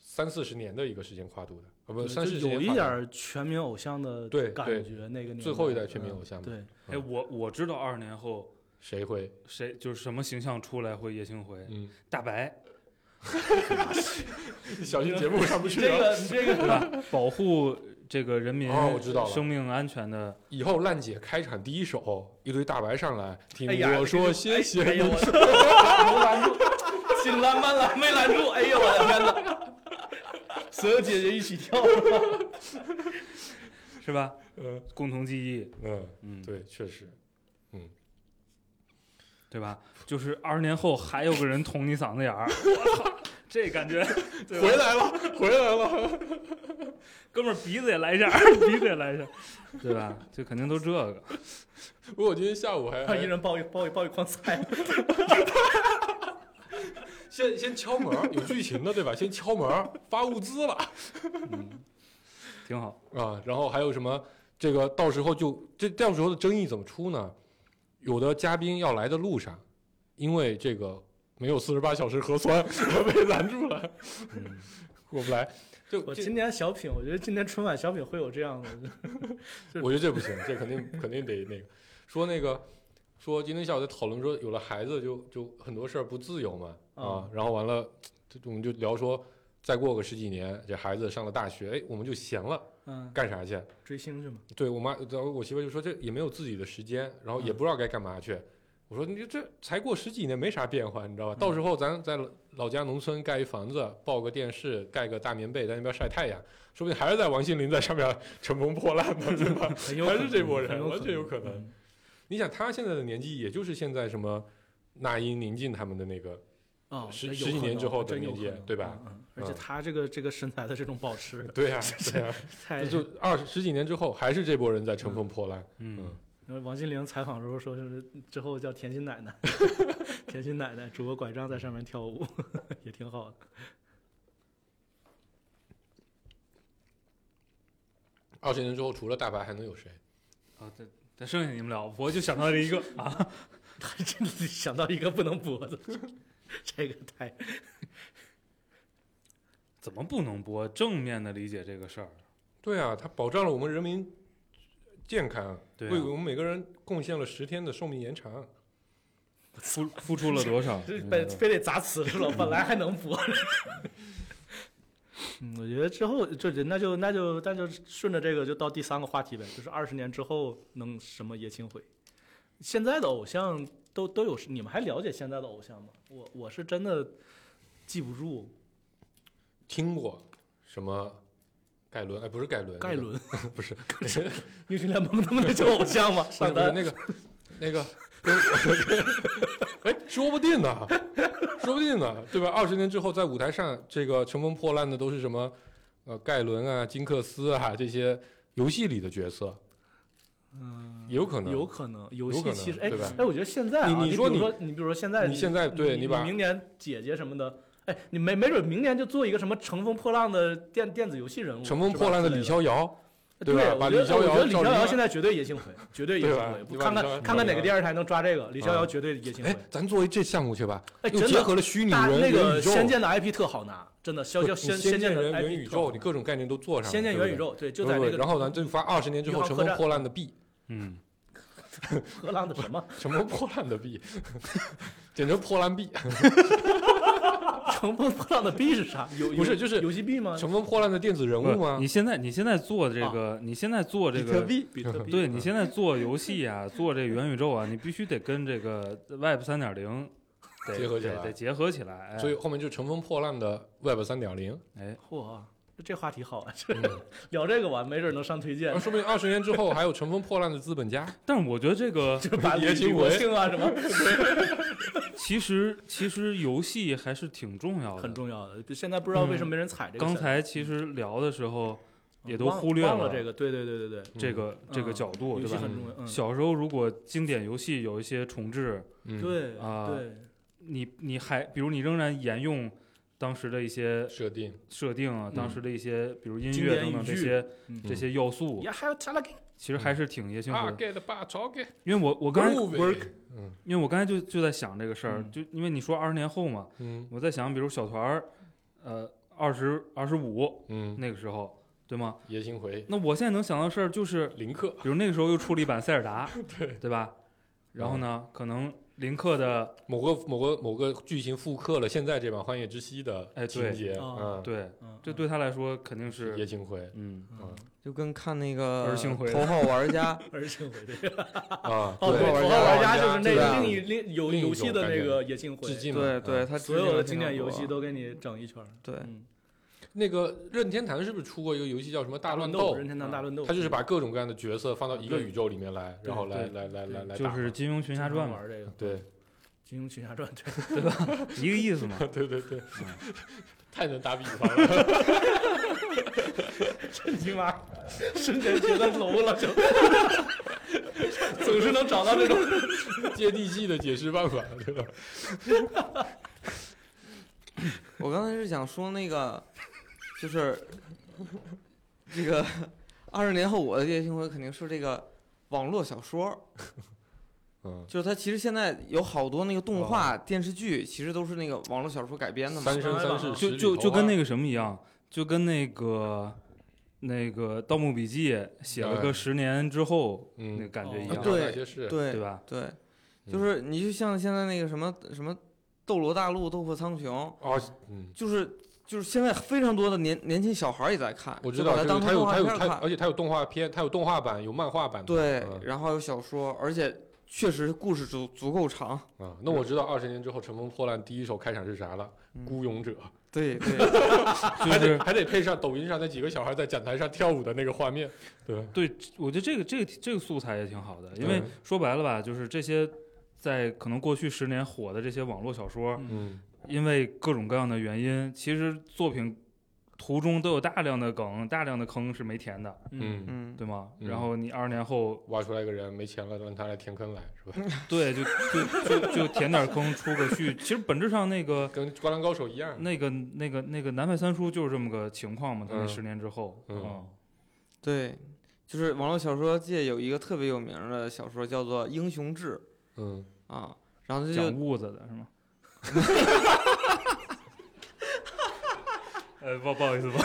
S4: 三四十年的一个时间跨度的，啊不，
S5: 对
S4: 三
S5: 就
S4: 十
S5: 有一点儿全民偶像的
S4: 对
S5: 感
S4: 对
S5: 觉，那个年
S4: 最后一
S5: 代
S4: 代全民
S5: 嗯
S4: 偶像嘛
S5: 对，
S3: 哎，我我知道二十年后
S4: 谁会？
S3: 谁就是什么形象出来会叶青回，
S4: 嗯，
S3: 大白
S4: 小心节目上不去
S5: 这
S4: 了。
S5: 个 这个
S3: 对吧？ 保护这个人民
S4: 哦我知道了
S3: 生命安全的，
S4: 以后烂姐开场第一首，一堆大白上来，听
S5: 哎呀
S4: 我说谢谢
S5: 哎呦
S4: 你
S5: 我，没拦住，紧拦慢拦没拦住，哎呦我的天哪！所有姐姐一起跳，
S3: 是吧？
S4: 嗯
S3: 共同记忆，
S4: 嗯，
S3: 嗯，
S4: 对，确实，
S3: 对吧？就是二十年后还有个人捅你嗓子眼儿，我操，这感觉，对吧
S4: 回来了，回来了。
S3: 哥们儿鼻子也来一下， 鼻子也来一下，对吧？就肯定都这个，
S4: 不过我今天下午还
S5: 他一
S4: 还
S5: 人抱一抱一抱一筐菜，
S4: 先先敲门儿，有剧情的对吧？先敲门儿发物资了
S3: 挺好。
S4: 啊，然后还有什么？这个到时候就这到时候的争议怎么出呢？有的嘉宾要来的路上，因为这个没有四十八小时核酸 被拦住了，
S3: 嗯，
S4: 过不来。就
S5: 我
S4: 这
S5: 今年小品，我觉得今年春晚小品会有这样的，
S4: 我觉得这不行，这肯定肯定得那个说那个说今天下午在讨论说有了孩子就就很多事儿不自由嘛啊
S5: 啊，
S4: 然后完了这我们就聊说再过个十几年这孩子上了大学，哎，我们就闲了，
S5: 嗯，
S4: 干啥去？
S5: 追星去嘛，
S4: 对我妈，然后我媳妇就说这也没有自己的时间，然后
S5: 嗯
S4: 也不知道该干嘛去。我说你这才过十几年，没啥变化，你知道吧？
S5: 嗯
S4: 到时候咱在老家农村盖一房子，抱个电视，盖个大棉被，在那边晒太阳，说不定还是在王心凌在上面乘风破浪呢，对吧？
S5: 很有
S4: 还
S5: 可
S4: 是
S5: 能
S4: 这波人
S5: 很
S4: 完全有可能
S5: 嗯
S4: 你想她现在的年纪，也就是现在什么那英、宁静他们的那个，
S5: 哦，
S4: 十
S5: 那有
S4: 十几
S5: 可
S4: 年之
S5: 能
S4: 后的
S5: 真有
S4: 年纪
S5: 可能
S4: 对吧？
S5: 嗯 嗯而且
S4: 嗯
S5: 他这个这个身材的这种保持，
S4: 对呀、对 呀、
S5: 太
S4: 这就二十十几年之后，还是这波人在乘风破浪。
S3: 嗯，
S5: 然后王心凌采访的时候说，是之后叫甜心奶奶，甜心奶奶拄个拐杖在上面跳舞， 也挺好的。
S4: 二十年之后，除了大白还能有谁？
S3: 啊，这这剩下你们聊，我就想到了一个啊，
S5: 他真的想到一个不能播的， 这个太
S3: 怎么不能播？正面的理解这个事儿，
S4: 对啊，它保障了我们人民健康，
S3: 对啊
S4: 为我们每个人贡献了十天的寿命延长。啊
S3: 付付出了多少？
S5: 这
S3: 你
S5: 被
S3: 知道吧
S5: 非得砸瓷实了，本来还能播。 嗯，我觉得之后这那就那就那就顺着这个就到第三个话题呗，就是二十年之后能什么爷青回？现在的偶像都都有，你们还了解现在的偶像吗？我我是真的记不住
S4: 听过什么盖伦？哎，不是盖伦，
S5: 盖伦、
S4: 那个不是，
S5: 英雄联盟他们那叫偶像 吗？
S4: 不是
S5: 上
S4: 不是
S5: 单
S4: 那个那个，跟 哎，说不定呢，说不定呢，对吧？二十年之后，在舞台上，这个乘风破浪的都是什么？呃，盖伦啊，金克斯啊，这些游戏里的角色，
S5: 嗯，
S4: 有可能。
S5: 有可能，游
S4: 有可
S5: 戏
S4: 能
S5: 其实哎
S4: 对吧
S5: 哎，我觉得现在啊，
S4: 你你
S5: 你比
S4: 说
S5: 如
S4: 你
S5: 说你比如说现在
S4: 你现在对
S5: 你
S4: 你把
S5: 明年姐姐什么的，哎，你没没准明年就做一个什么乘风破浪的电电子游戏人物，
S4: 乘风破浪的李逍遥，
S5: 是吧，
S4: 对
S5: 对
S4: 吧
S5: 我
S4: 把
S5: 觉得
S4: 李逍遥
S5: 我觉得李
S4: 赵
S5: 逍
S4: 丽
S5: 遥
S4: 颖
S5: 现在绝对 野性回，绝对野性
S4: 对吧
S5: 回，
S4: 对吧
S5: 看
S4: 李逍遥
S5: 看看看哪个电视台能抓这个，李逍遥
S4: 嗯
S5: 绝对野性回
S4: 哎。，咱做一这项目去吧，
S5: 哎，
S4: 又
S5: 真
S4: 结
S5: 的，
S4: 合了虚拟
S5: 大
S4: 人
S5: 那个
S4: 元宇
S5: 《
S4: 宙，
S5: 仙剑》的 IP 特好拿，真的，《仙
S4: 不
S5: 剑》《
S4: 你
S5: 仙仙剑》
S4: 剑
S5: 的
S4: 人
S5: IP
S4: 元宇
S5: 特好
S4: 宙，
S5: 拿
S4: 你各种概念都做上，
S5: 仙剑
S4: 对不
S5: 元宇
S4: 对，
S5: 宙，对，就在那
S4: 不
S5: 个
S4: 不然后咱就发二十年之
S5: 宇
S4: 后
S5: 航
S4: 乘
S5: 客
S4: 风
S5: 栈
S4: 破浪的 B，
S3: 嗯，
S5: 破浪的什么
S4: 乘风破浪的 B，简直破烂 B，
S5: 嗯乘风破浪的 B 是啥？游
S4: 不是就是
S5: 游戏币吗？
S4: 乘风破浪的电子人
S3: 不
S4: 物
S3: 是
S4: 啊吗
S3: 你？现在你现在做这个，啊你现在做这啊个，
S5: 币，比特币，
S3: 对你现在做游戏啊，做这元宇宙啊，你必须得跟这个 Web 三点零得
S4: 结合起
S3: 得
S4: 来
S3: 得结合起来。哎
S4: 所以后面就乘风破浪的 Web 三点零，
S3: 哎，
S5: 嚯，这话题好啊！这 聊这个吧，没准能上推 荐
S4: 然后。说不定二十年之后还有乘风破浪的资本 家，
S3: 但是我觉得这个
S5: 就把
S4: 爷
S5: 李
S4: 青
S5: 李国
S4: 回
S5: 庆啊什么，
S3: 其实其实游戏还是挺重要的，
S5: 很重要的。现在不知道为什么没人踩这个
S3: 刚
S5: 线。
S3: 才其实聊的时候也都
S5: 嗯忘
S3: 忽略
S5: 忘了
S3: 了
S5: 这个，对对对对对，
S3: 这个
S5: 嗯
S3: 这个角度，
S5: 游
S3: 对
S5: 戏
S3: 吧？
S5: 很重要。嗯，
S3: 小时候如果经典游戏有一些重置，
S4: 嗯，
S5: 对
S3: 啊
S5: 对，
S3: 你你还比如你仍然沿用当时的一些
S4: 设定
S3: 设定啊，当时的一些比如音
S5: 嗯经
S3: 乐
S5: 典
S3: 等
S5: 语
S3: 等这
S5: 句
S3: 些
S5: 嗯
S3: 这些要素，
S5: 也还有 t e l e
S3: 其实还是挺野性
S4: 啊
S3: 的。
S4: ，get 吧，潮 get，
S3: 因为我我刚才
S4: Groovy
S3: 不是，
S4: 嗯
S3: 因为我刚才就就在想这个事儿，
S5: 嗯
S3: 就因为你说二十年后嘛，
S4: 嗯
S3: 我在想，比如小团儿，呃，二十二十五
S4: 嗯，
S3: 那个时候，对吗？
S4: 爷青回，
S3: 那我现在能想到的事儿就是，
S4: 林克，
S3: 比如那个时候又出了一版塞尔达，对对吧？然后呢，可能林克的
S4: 某个某个某个剧情复刻了现在这版《荒野之息》的
S3: 哎对
S4: 情节，
S5: 哦
S4: 嗯，
S3: 对，
S5: 嗯，
S3: 这对他来说肯定
S4: 爷
S3: 是
S4: 青回
S3: 嗯，
S5: 嗯，
S2: 就跟看那个
S3: 儿星回
S2: 头号玩家，
S5: 而且回这个
S4: 啊，
S5: 哦，
S2: 对
S5: 对，
S2: 头号
S5: 头号
S2: 玩
S5: 玩
S2: 家
S5: 家就是那
S2: 对
S5: 个
S2: 啊
S5: 另一另有
S4: 另一
S5: 游戏
S4: 种
S5: 的
S4: 感
S5: 那
S4: 觉
S5: 个野性 回
S4: 致，敬嘛，
S2: 对
S4: 嗯
S2: 对，他
S5: 所有的
S2: 致敬了
S5: 经典
S2: 非常
S5: 游
S2: 多
S5: 戏都给你整一圈儿。
S2: 对，
S5: 嗯，
S4: 那个任天堂是不是出过一个游戏叫什么大乱斗
S5: 斗，？任天堂大乱斗，
S4: 它就是把各种各样的角色放到一个
S5: 对
S4: 宇宙里面来，然后来
S3: 对
S4: 来来来来
S3: 就
S4: 打
S3: 是《
S4: 嘛。
S3: 金庸群侠传》
S5: 经 常
S3: 嘛，
S5: 玩这个《
S4: 对
S5: 金庸群侠传》 对，
S3: 一个意思 嘛。
S4: 对对对
S3: 嗯，
S4: 太能打比方了。
S5: 真鸡妈瞬间觉得 low 了，就总是能找到这种
S4: 接地气的解释办法，对吧？
S2: 我刚才是想说那个，就是 这个二十年后我的夜行回肯定是这个网络小说，
S4: 嗯，
S2: 就是它其实现在有好多那个动画、电视剧，其实都是那个网络小说改编的嘛。
S4: 哦三生三世
S5: 就
S4: 十
S3: 就
S4: 里
S3: 就
S4: 桃
S3: 就跟
S4: 花
S3: 那个什么一样，就跟那个那个《盗墓笔记》写了
S4: 对
S3: 个十年之后那个
S4: 嗯，
S3: 感觉一
S5: 哦
S3: 样，
S2: 对
S4: 那些是
S2: 对
S3: 对吧？
S2: 对，
S4: 嗯
S2: 就是你就像现在那个什么什么《斗罗大陆》《斗破苍穹》，
S4: 哦，嗯，
S2: 就是就是现在非常多的年年轻小孩儿也在看，
S4: 我知
S2: 就
S4: 道，
S2: 把它
S4: 就是
S2: 当
S4: 它
S2: 成
S4: 有
S2: 动画
S4: 它
S2: 片
S4: 有
S2: 儿
S4: 它，
S2: 看。
S4: 而且它有动画片，它有动画版，有漫画版的。
S2: 对
S4: 嗯，
S2: 然后还有小说，而且确实故事足足够长。
S4: 啊，那我知道二十年之后《乘风破浪》第一首开场是啥了，
S2: 嗯
S4: 《孤勇者》，
S2: 对 对
S3: 就
S4: 还
S3: 是
S4: 得还得配上抖音上那几个小孩在讲台上跳舞的那个画面。对，
S3: 对，我觉得这个这个这个素材也挺好的，因为
S4: 对
S3: 说白了吧，就是这些在可能过去十年火的这些网络小说，
S4: 嗯，
S3: 因为各种各样的原因，其实作品途中都有大量的梗、大量的坑是没填的，
S4: 嗯
S2: 嗯，
S3: 对吗？
S4: 嗯
S3: 然后你二十年后，
S4: 挖出来一个人没钱了，让他来填坑来，是吧？
S3: 对，就就就就填点坑出个序，其实本质上那个。
S4: 跟《灌篮高手》一样。
S3: 那个、那个、那个南派三叔就是这么个情况嘛，他那
S4: 嗯
S3: 十年之后，
S4: 嗯
S3: 嗯
S2: 对，就是网络小说界有一个特别有名儿的小说叫做《英雄志
S4: 嗯，》
S2: 啊，然后这
S3: 讲
S2: 就
S3: 痦子的是 吗？呃，不不好意思吧，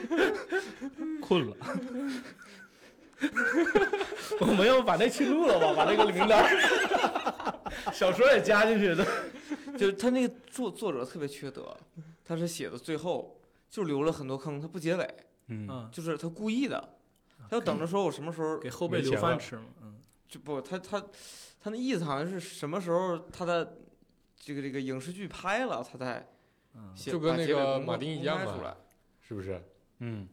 S3: 困了。
S5: 我们要把那记录了吧，把那个名单 儿，小说也加进去的。
S2: 就是他那个作作者特别缺德，他是写的最后就留了很多坑，他不结尾，
S3: 嗯，啊
S5: 嗯，
S2: 就是他故意的，他要等着说我什么时候
S5: 给后辈
S4: 没钱
S5: 留饭
S4: 了
S5: 吃嘛。嗯，
S2: 就不他他他那意思好像是什么时候他的这个这个影视剧拍了，他才
S5: 嗯
S2: 写
S4: 就跟
S2: 把
S4: 那
S2: 结尾
S4: 个
S2: 公
S4: 马丁一
S2: 公
S4: 样
S2: 开
S4: 嘛
S2: 出来
S4: 是不是？
S3: 嗯，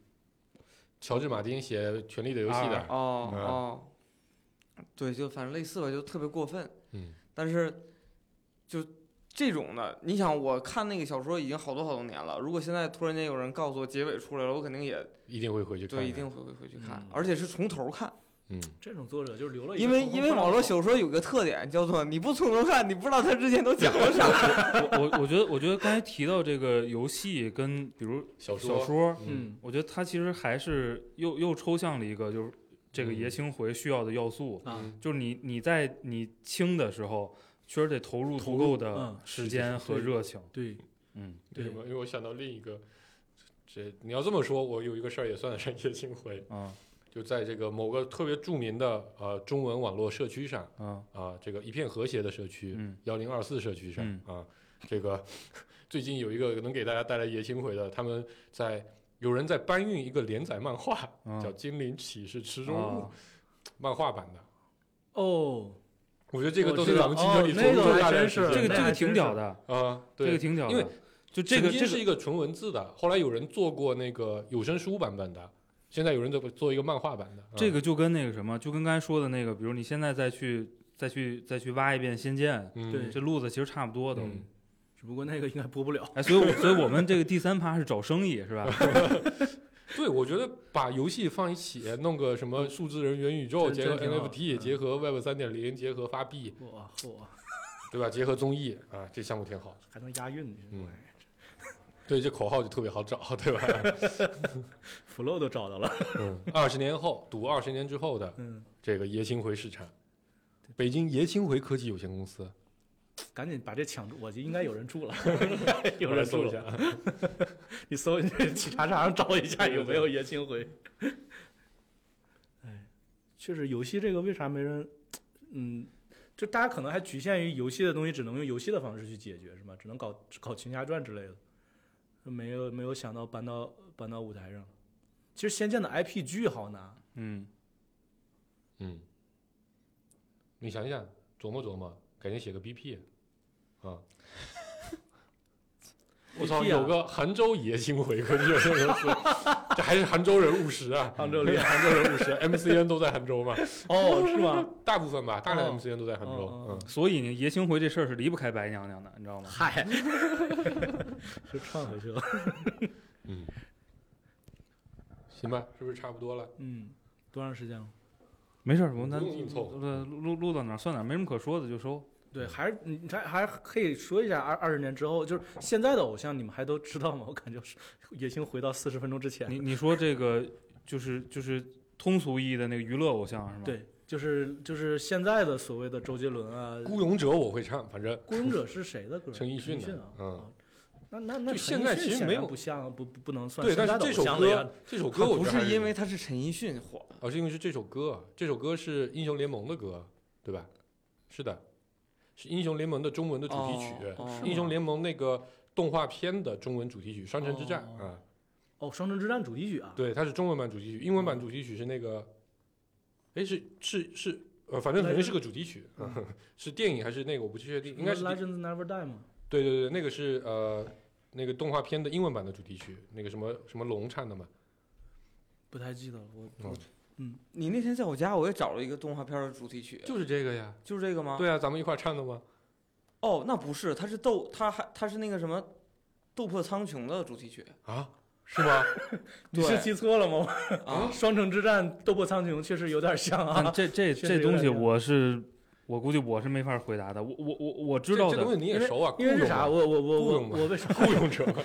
S4: 乔治·马丁写《权力的游戏》
S3: 啊
S4: 的。
S2: 哦
S4: 嗯
S2: 哦，对，就反正类似吧，就特别过分。
S4: 嗯
S2: 但是就这种的，你想我看那个小说已经好多好多年了，如果现在突然间有人告诉我结尾出来了，我肯定也
S4: 一定会回去看
S2: 对
S4: 看。
S2: 一定会回去看，
S5: 嗯
S2: 而且是从头看。
S4: 嗯，
S5: 这种作者就是留了一个
S2: 因为
S5: 缝
S2: 因为网络小说有个特点叫做你不从头看，你不知道他之前都讲了啥。
S3: 我我我觉得，我觉得刚才提到这个游戏跟比如
S4: 小
S3: 小
S4: 说，
S3: 说，
S4: 嗯，
S5: 嗯
S3: 我觉得它其实还是又又抽象了一个，就是这个
S4: 嗯
S3: 爷青回需要的要素，
S5: 啊，
S3: 就是你你在你轻的时候，确实得投入足
S5: 投
S3: 够
S5: 入嗯
S3: 的时
S5: 是
S3: 间和
S5: 对
S3: 热情。
S5: 对，
S3: 嗯，
S4: 为
S5: 对
S4: 什么？因为我想到另一个，这你要这么说，我有一个事儿 也算得上叶青回，
S3: 啊
S4: 就在这个某个特别著名的呃中文网络社区上
S3: 啊
S4: 啊、这个一片和谐的社区
S3: 嗯
S4: 幺零二四社区上
S3: 嗯
S4: 啊、这个 最近有一个能给大家带来爷青回的，他们在有人在搬运一个连载漫画，
S3: 啊
S4: 叫《精灵骑士池中物》
S3: 啊
S4: 漫画版的。
S5: 哦，
S4: 我觉得这个
S5: 哦
S4: 都
S5: 这
S4: 是
S5: 个
S4: 咱们今天
S5: 哦
S4: 里
S5: 那个
S4: 最
S5: 还
S4: 大的
S5: 真
S4: 事
S5: 是
S4: 情
S3: 这个
S5: 那
S3: 这
S5: 还
S3: 个
S5: 真
S3: 挺
S5: 是
S3: 屌的，
S4: 啊，
S3: 这个
S4: 对，
S3: 挺屌的，
S4: 因为
S3: 就这个
S4: 曾
S3: 这
S4: 经是
S3: 个
S4: 一个纯文字的，后来有人做过那个有声书版本的，现在有人在做一个漫画版的。啊
S3: 这
S5: 嗯
S3: 个就跟那个什么，就跟刚才说的那个，比如你现在再去再去再去挖一遍《仙剑
S4: 嗯》，
S5: 对
S3: 这路子其实差不多都。
S4: 嗯
S5: 只不过那个应该播不了。
S3: 哎，所以我所以我们这个第三趴是找生意是吧？
S4: 对，我觉得把游戏放一起，弄个什么数字人元宇宙，
S5: 真
S4: 结合
S5: 真挺好
S4: NFT，
S5: 嗯
S4: 结合 Web 三点零，结合发币，
S5: 哇嚯，
S4: 对吧？结合综艺啊，这项目挺好。
S5: 还能押韵
S4: 嗯
S5: 呢
S4: 对，这口号就特别好找，对 吧？
S5: ，flow 都找到了。
S4: 嗯，二十年后，赌二十年之后的
S5: 嗯，
S4: 这个爷青回市场， 北京爷青回科技有限公司，
S5: 赶紧把这抢住，我就应该有人住 了，
S4: 我
S5: 有
S4: 来
S5: 人
S4: 搜
S5: 住
S4: 一
S5: 了。
S4: 下。
S5: 你搜企查查上找一下有没有爷青回。哎，确实，游戏这个为啥没人？嗯，就大家可能还局限于游戏的东西只能用游戏的方式去解决，是吗？只能搞搞群侠传之类的，没有没有想到搬到搬到舞台上。其实《仙剑》的 IP 巨好拿，
S3: 嗯，
S4: 嗯，你想想，琢磨琢磨，赶紧写个 BP 啊！我操，
S5: BP 啊
S4: 有个杭州爷青回科技有限公司，这还是杭州人务实啊！
S5: 杭州厉
S4: 杭州人务实，MCN 都在杭州嘛，
S5: 哦，是吗？
S4: 大部分吧，大量
S5: 哦
S4: MCN 都在杭州。
S5: 哦哦
S4: 嗯
S5: 哦，
S3: 所以呢，爷青回这事儿是离不开白娘娘的，你知道吗？
S5: 嗨，就串回去了。
S4: 嗯，行吧，是不是差不多了？
S5: 嗯，多长时间了？
S3: 没事儿，我们咱
S4: 不用硬凑
S3: 呃录录录到哪儿算哪儿，没什么可说的就收。
S4: 嗯
S5: 对，还是嗯你还还可以说一下二二十年之后，就是现在的偶像，你们还都知道吗？我感觉是也行，回到四十分钟之前。
S3: 你你说这个就是就是通俗意义的那个娱乐偶像是吗？，
S5: 对，就是就是现在的所谓的周杰伦啊，
S4: 《孤勇者》我会唱，反正
S5: 孤勇者是谁的 歌？
S4: 陈奕迅
S5: 迅
S4: 的
S5: 啊，
S4: 嗯
S5: 啊。那那那
S4: 就
S5: 陈
S4: 现在
S5: 奕迅
S4: 其实
S5: 显
S4: 没
S5: 然
S4: 有
S5: 不像，不不不能算
S4: 对，但
S5: 现
S4: 是
S5: 在的
S4: 这首
S5: 偶像了呀
S4: 歌，，这首
S2: 他
S4: 歌我
S2: 不
S4: 觉得还
S2: 是因为他是陈奕迅火的，
S4: 而是因为是这首歌，这首歌是英雄联盟的歌，对吧？是的，是英雄联盟的中文的主题曲。
S2: 哦哦
S4: 英雄联盟那个动画片的中文主题曲《商城之战》啊、
S5: 哦哦，《商城之战》主题曲啊，
S4: 对，它是中文版主题曲，英文版主题曲是那个，哎，是是是，呃，反正肯定是个主题曲， 是电影还是那个我不确定，应该是
S5: 《Legends Never Die》嘛。
S4: 对对对，那个是呃那个动画片的英文版的主题曲，那个什么什么龙唱的嘛，
S5: 不太记得了，我
S4: 嗯
S5: 我
S2: 你那天在我家，我也找了一个动画片的主题曲，
S4: 就是这个呀。
S2: 就是这个吗？
S4: 对啊，咱们一块儿唱的吗？
S2: 哦，那不是，它是斗，它还它是那个什么《斗破苍穹》的主题曲
S4: 啊，是吗？
S5: 你是
S2: 对
S5: 记错了吗？。
S2: 啊
S5: 双城之战斗破苍穹确实有点像
S3: 但
S5: 啊。
S3: 这这
S5: 确
S3: 这
S5: 实有
S3: 东西
S5: 点像
S3: 我是我估计我是没法回答的，我我我我知道
S4: 这这东
S3: 的，
S4: 西你也熟啊，
S5: 因为是啥？
S4: 雇佣嘛
S5: 我我我
S4: 雇
S5: 我
S4: 佣嘛
S5: 我为啥
S4: 雇佣者嘛，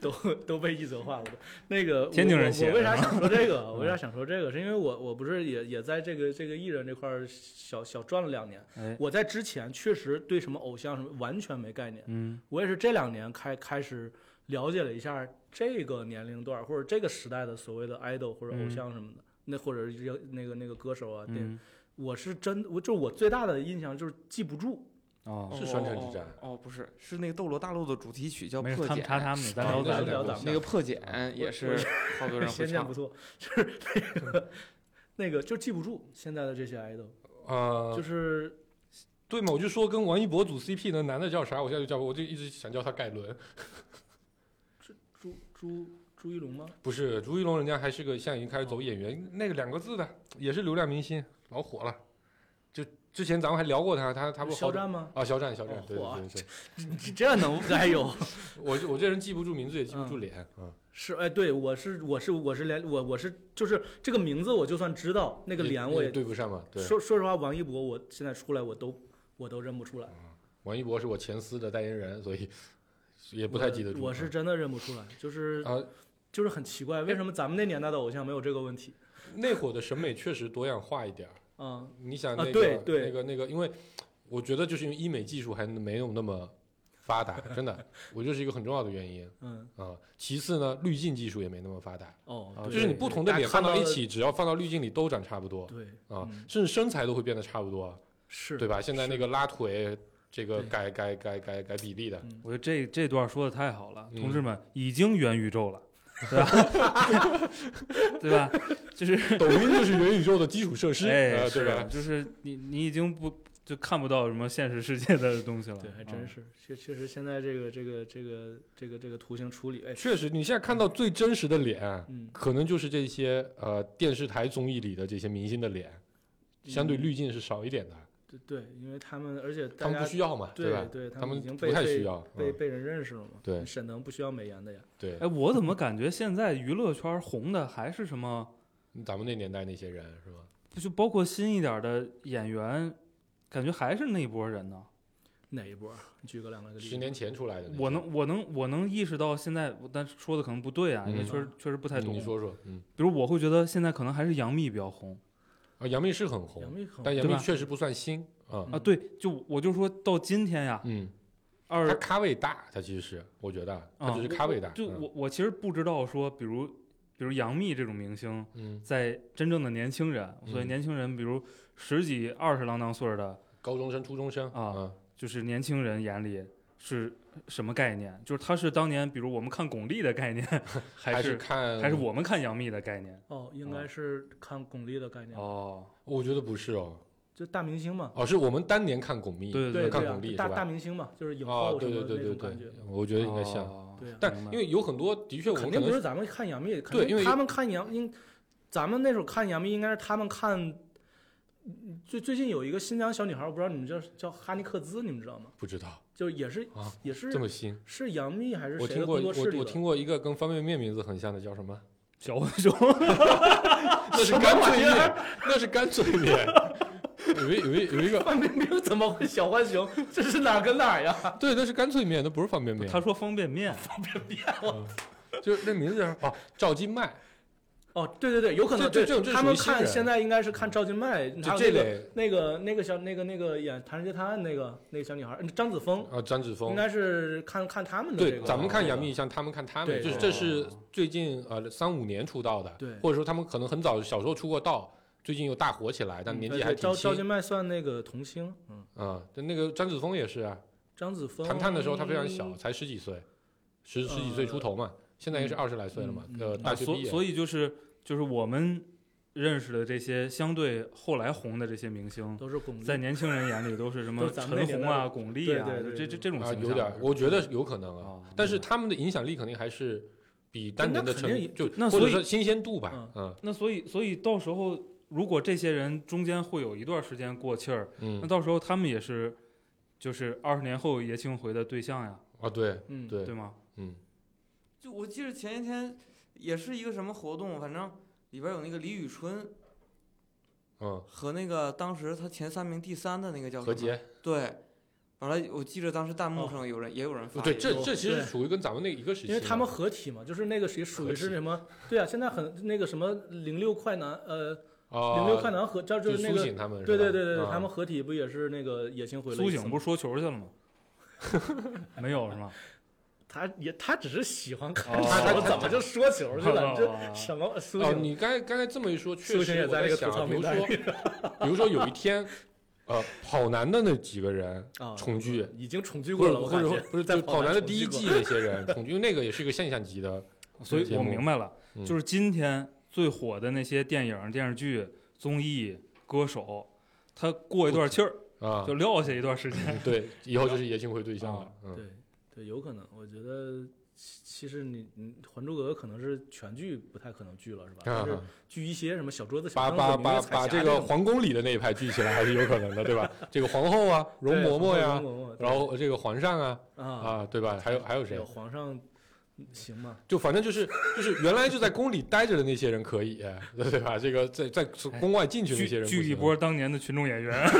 S5: 都 都被一则化了？那个我
S3: 天津人写
S5: 我
S3: 的嗯
S5: 我为啥想说这个？我为啥想说这个？是因为我我不是也也在这个这个艺人这块儿小小转了两年。
S3: 哎，
S5: 我在之前确实对什么偶像什么完全没概念，
S3: 嗯，
S5: 我也是这两年开开始了解了一下这个年龄段儿或者这个时代的所谓的 idol 或者偶
S3: 嗯
S5: 像什么的，那或者是要那个那个歌手啊，对，
S3: 嗯，
S5: 我是真我就是我最大的印象就是记不住，
S3: 哦，
S4: 是双城之战
S2: 哦哦哦，不是，是那个《斗罗大陆》的主题曲叫《
S3: 没
S2: 破
S3: 事，他
S2: 茧
S3: 们》，查他们的，咱
S4: 啊
S3: 聊
S4: 那
S3: 咱
S4: 是
S3: 们
S5: 聊
S4: 两
S5: 咱
S4: 个
S5: 们
S2: 那个《破茧》也是
S5: 我
S2: 好多人会
S5: 先见
S2: 唱
S5: 不。错， 就是那个那个就记不住现在的这些 idol，、
S4: 啊
S3: 嗯
S5: 就，是
S4: 对嘛，我就说跟王一博组 CP 的男的叫啥，我现在就叫，我就一直想叫他盖伦，
S5: 朱朱朱一龙吗？哦
S4: 不是朱一龙，人家还是个现在已经开始走演员，那个两个字的也是流量明星，老火了。就之前咱们还聊过他，他他不是好
S5: 肖战吗？
S4: 啊，肖战，肖战
S5: 哦，
S4: 对
S5: 嚯
S4: 对对对，
S5: 这这 能哎呦，
S4: 我这我这人记不住名字，也记不住脸啊。嗯
S5: 是哎，对我是我是我是连我我是就是这个名字我就算知道，那
S4: 那
S5: 个脸我也
S4: 对不上嘛。对，
S5: 说说实话，王一博我现在出来我都我都认不出来，
S4: 王一博是我前司的代言人，所以也不太记得住。嗯
S5: 我是真的认不出来，就是、
S4: 啊，
S5: 就是很奇怪，为什么咱们那年代的偶像没有这个问题？
S4: 那会儿的审美确实多样化一点儿。
S5: 嗯，
S4: 你想
S5: 啊
S4: 那个
S5: 对对
S4: 那个那个，因为我觉得就是因为医美技术还没有那么发达，真的，我觉得是一个很重要的原因
S5: 嗯，
S4: 啊。其次呢，滤镜技术也没那么发达，
S5: 哦，
S3: 啊
S5: 对
S4: 就是你不同的脸放到一，
S5: 大
S4: 起，只要放到滤镜里都长差不多
S5: 家看到的对，
S4: 啊
S5: 嗯，
S4: 甚至身材都会变得差不多，
S5: 是，
S4: 对吧？现在那个拉腿。这个
S5: 对
S4: 改改改改改比例的，
S3: 我觉得这这段说的太好了，
S4: 嗯
S3: 同志们已经元宇宙了，对吧？ 对吧？就是
S4: 抖音就是元宇宙的基础设施，
S3: 哎，
S4: 呃对
S3: 是
S4: 吧？
S3: 就是你你已经不就看不到什么现实世界的东西了，
S5: 对，还真
S3: 嗯。
S5: 是，确确实现在这个这个这个这个这个图形处理，哎，
S4: 确实，你现在看到最真实的脸，
S5: 嗯，
S4: 可能就是这些呃电视台综艺里的这些明星的脸，相对
S5: 嗯
S4: 滤镜是少一点的，
S5: 对对，因为他们而且大
S4: 他们
S5: 家
S4: 不需要嘛，
S5: 对
S4: 吧？
S5: 对，他
S4: 他们
S5: 已经
S4: 不
S5: 被
S4: 太
S5: 被
S4: 需要，
S5: 被
S4: 嗯
S5: 被人认识了嘛，
S4: 对
S5: 沈腾不需要美颜的呀，
S4: 对
S3: 哎，，我怎么感觉现在娱乐圈红的还是什么？
S4: 咱们那年代那些人是吧？
S3: 不就包括新一点的演员，感觉还是那一波人呢。
S5: 哪一波儿？你举个两个例子，
S4: 十年前出来的那些，
S3: 我能，我能，我能意识到现在，但是说的可能不对啊，因为
S4: 嗯
S3: 确实确实不太
S4: 你
S3: 懂。
S4: 你说说，嗯，
S3: 比如我会觉得现在可能还是杨幂比较红
S4: 啊，杨幂是很
S5: 杨
S4: 红，
S5: 幂很
S4: 但杨
S3: 对
S4: 幂
S3: 吧
S4: 确实不算新啊，
S3: 啊，，对，就我就说到今天呀，
S4: 嗯，
S3: 二
S4: 她咖位大，她其实是，我觉得她
S3: 啊
S4: 只是咖位大，
S3: 就
S4: 嗯
S3: 我我其实不知道说，比如比如杨幂这种明星，
S4: 嗯，
S3: 在真正的年轻人，所以
S4: 嗯
S3: 年轻人，比如十几二十郎当岁儿的，
S4: 高中生、初中生
S3: 啊
S4: 嗯
S3: 就是年轻人眼里是什么概念？就是他是当年，比如我们看巩俐的概念，还
S4: 还
S3: 是
S4: 看
S3: 还是我们看杨幂的概念？
S5: 哦，应
S4: 嗯
S5: 该是看巩俐的概念，
S3: 哦，
S4: 我觉得不是哦，
S5: 就大明星嘛，
S4: 哦，是我们当年看巩俐，
S3: 对
S5: 对
S4: 看
S5: 对啊
S4: 巩俐，是
S5: 大大
S4: 吧？
S5: 明星嘛，就是影
S4: 啊，
S5: 后什
S4: 对
S5: 么
S4: 对对
S5: 那
S4: 对
S5: 种感
S4: 对
S5: 觉，，
S4: 我觉得应该像。
S3: 哦
S5: 对啊
S4: 但
S3: 明白
S4: 因为有很多的确，我
S5: 肯
S4: 们
S5: 定
S4: 可
S5: 不
S4: 能
S5: 是咱们看杨幂，肯
S4: 对
S5: 定
S4: 因为
S5: 他
S4: 有
S5: 们看杨，应咱们那时候看杨幂，应该是他们看。嗯最最近有一个新疆小女孩，我不知道你们叫叫哈尼克孜，你们知道吗？
S4: 不知道
S5: 就也是
S4: 啊，
S5: 也是
S4: 这么新。
S5: 是杨幂还是
S4: 我
S5: 谁的
S4: 听过
S5: 工
S4: 我
S5: 作室里
S4: 我
S5: 的
S4: 听过一个跟方便面名字很像的叫什么？
S3: 小浣熊
S4: 那是干脆面，那是干脆面。有一有一有一个，
S5: 范冰冰 怎么会小浣熊？这是哪儿跟哪儿呀？
S4: 对，那是干脆面，那不是方便面。
S3: 他说方便面，
S4: 就是那名字叫什么？哦，赵今麦，
S5: 哦，对对对，有可能
S4: 这
S5: 对
S4: 这这种这
S5: 他
S4: 属于
S5: 们
S4: 新
S5: 看
S4: 人
S5: 现在应该是看赵今麦，还
S4: 就这
S5: 有那个
S4: 类
S5: 那个那个小那个那个演《唐人街探案》那个那个小女孩嗯张子枫，
S4: 啊，张子
S5: 应
S4: 枫。
S5: 该是看看他们的这
S4: 对，
S5: 个。
S4: 咱们看杨幂像他们看他们，
S5: 对
S4: 就是
S5: 对
S4: 这是最近呃三五年出道的，
S5: 对
S4: 或者说他们可能很早小时候出过道，最近又大火起来，但年纪
S5: 呃
S4: 还
S5: 对赵
S4: 挺
S5: 赵
S4: 轻
S5: 今麦算那个童星，嗯，
S4: 啊。就那个张子枫也是啊，
S5: 张子枫
S4: 谈判的时候他非常
S5: 嗯
S4: 小，，才十几岁，十十几岁
S5: 呃
S4: 出头嘛，现在应该是二十来岁了嘛，
S5: 嗯嗯
S4: 呃，
S5: 嗯
S4: 大学
S3: 啊所
S4: 毕业，
S3: 所以就是就是我们认识的这些相对后来红的这些明星，
S5: 都是巩
S3: 在
S5: 俐。
S3: 年轻人眼里都是什么
S5: 嗯都是咱们那
S3: 陈
S5: 年
S3: 红
S5: 代
S3: 啊、
S5: 的
S3: 巩俐啊，
S5: 对对
S3: 就
S5: 对
S3: 这这这种
S4: 啊，
S3: 形象
S4: 有点儿，我觉得有可能啊，
S3: 啊，
S4: 但是他们的影响力肯定还是比单
S5: 那
S4: 年的
S5: 肯
S4: 成
S5: 定也
S4: 就
S3: 那
S4: 或
S3: 所
S4: 者
S3: 以
S4: 说新鲜度吧，嗯
S3: 那所以所以到时候如果这些人中间会有一段时间过气儿，那
S4: 嗯
S3: 到时候他们也是就是二十年后爷青回的对象呀，
S4: 啊，对
S5: 嗯，
S4: 对
S3: 对吗？
S4: 嗯
S2: 就我记得前一天也是一个什么活动，反正里边有那个李宇春
S4: 嗯，
S2: 和那个当时他前三名第三的那个叫什
S4: 何
S2: 么
S4: 洁，
S2: 对，完了我记得当时弹幕
S5: 哦
S2: 上有人、也有人发
S4: 对，
S2: 一
S4: 这
S2: 个
S4: 这其实
S5: 对
S4: 属于跟咱们那一个时期嘛，
S5: 因为他们合体嘛，就是那个谁属于
S4: 合
S5: 是
S4: 体
S5: 什么？对啊，现在很那个什么零六快男，呃，零六快
S4: 啊，
S5: 男合，这
S4: 就是
S5: 那
S4: 苏
S5: 个，
S4: 醒他们是吧，
S5: 对对对对对，
S4: 啊
S5: 他们合体不也是那个野青回了一
S3: 苏
S5: 次吗？
S3: 醒不是说球去了吗？没有是吗？
S5: 他也他只是喜欢看
S3: 哦
S5: 球，怎么就说球去了？ 这什么苏
S4: 哦，
S5: 醒？
S4: 你刚才刚才这么一说，确
S5: 苏醒
S4: 实
S5: 也
S4: 我在
S5: 那个吐
S4: 想啊，
S5: 槽
S4: 比如
S5: 名单
S4: 说
S5: 里
S4: 比如说有一天，呃，跑男的那几个人
S5: 啊，
S4: 重聚，
S5: 已经重聚
S4: 或
S5: 过
S4: 者
S5: 了，我
S4: 或
S5: 感
S4: 者说
S5: 觉
S4: 不是
S5: 在
S4: 就是跑
S5: 跑男
S4: 男的
S5: 重
S4: 第一
S5: 聚过
S4: 季那些人重聚，因为那个也是一个现象级的，
S3: 所以
S4: 节
S3: 我
S4: 目
S3: 明白了，
S4: 嗯
S3: 就是今天最火的那些电影、电视剧、综艺、歌手，他过一段气儿
S4: 啊，
S3: 就撂下一段时间。
S4: 嗯对，以后就是爷青回对象了
S3: 啊，
S4: 嗯，
S5: 对对，有可能。我觉得其其实你你《还珠格格》可能是全剧不太可能剧了，是吧？但是
S4: 啊
S5: 剧一些什么小桌子、
S4: 把
S5: 小
S4: 把
S5: 凳子、明
S4: 把
S5: 月彩
S4: 把
S5: 霞
S4: 这个
S5: 种。
S4: 皇宫里的那一派聚起来还是有可能的，对吧？这个皇后啊，容嬷嬷呀，
S5: 嬷嬷
S4: 然后这个皇上啊
S5: 啊，
S4: 啊，对吧？还有还有谁
S5: 有？皇上行吗？
S4: 就反正就是就是原来就在宫里待着的那些人可以， 对对吧？这个在在宫外进去的那些
S3: 聚
S4: 人
S5: 哎
S3: 聚
S4: 不
S3: 一
S4: 行
S3: 波当年的群众演员，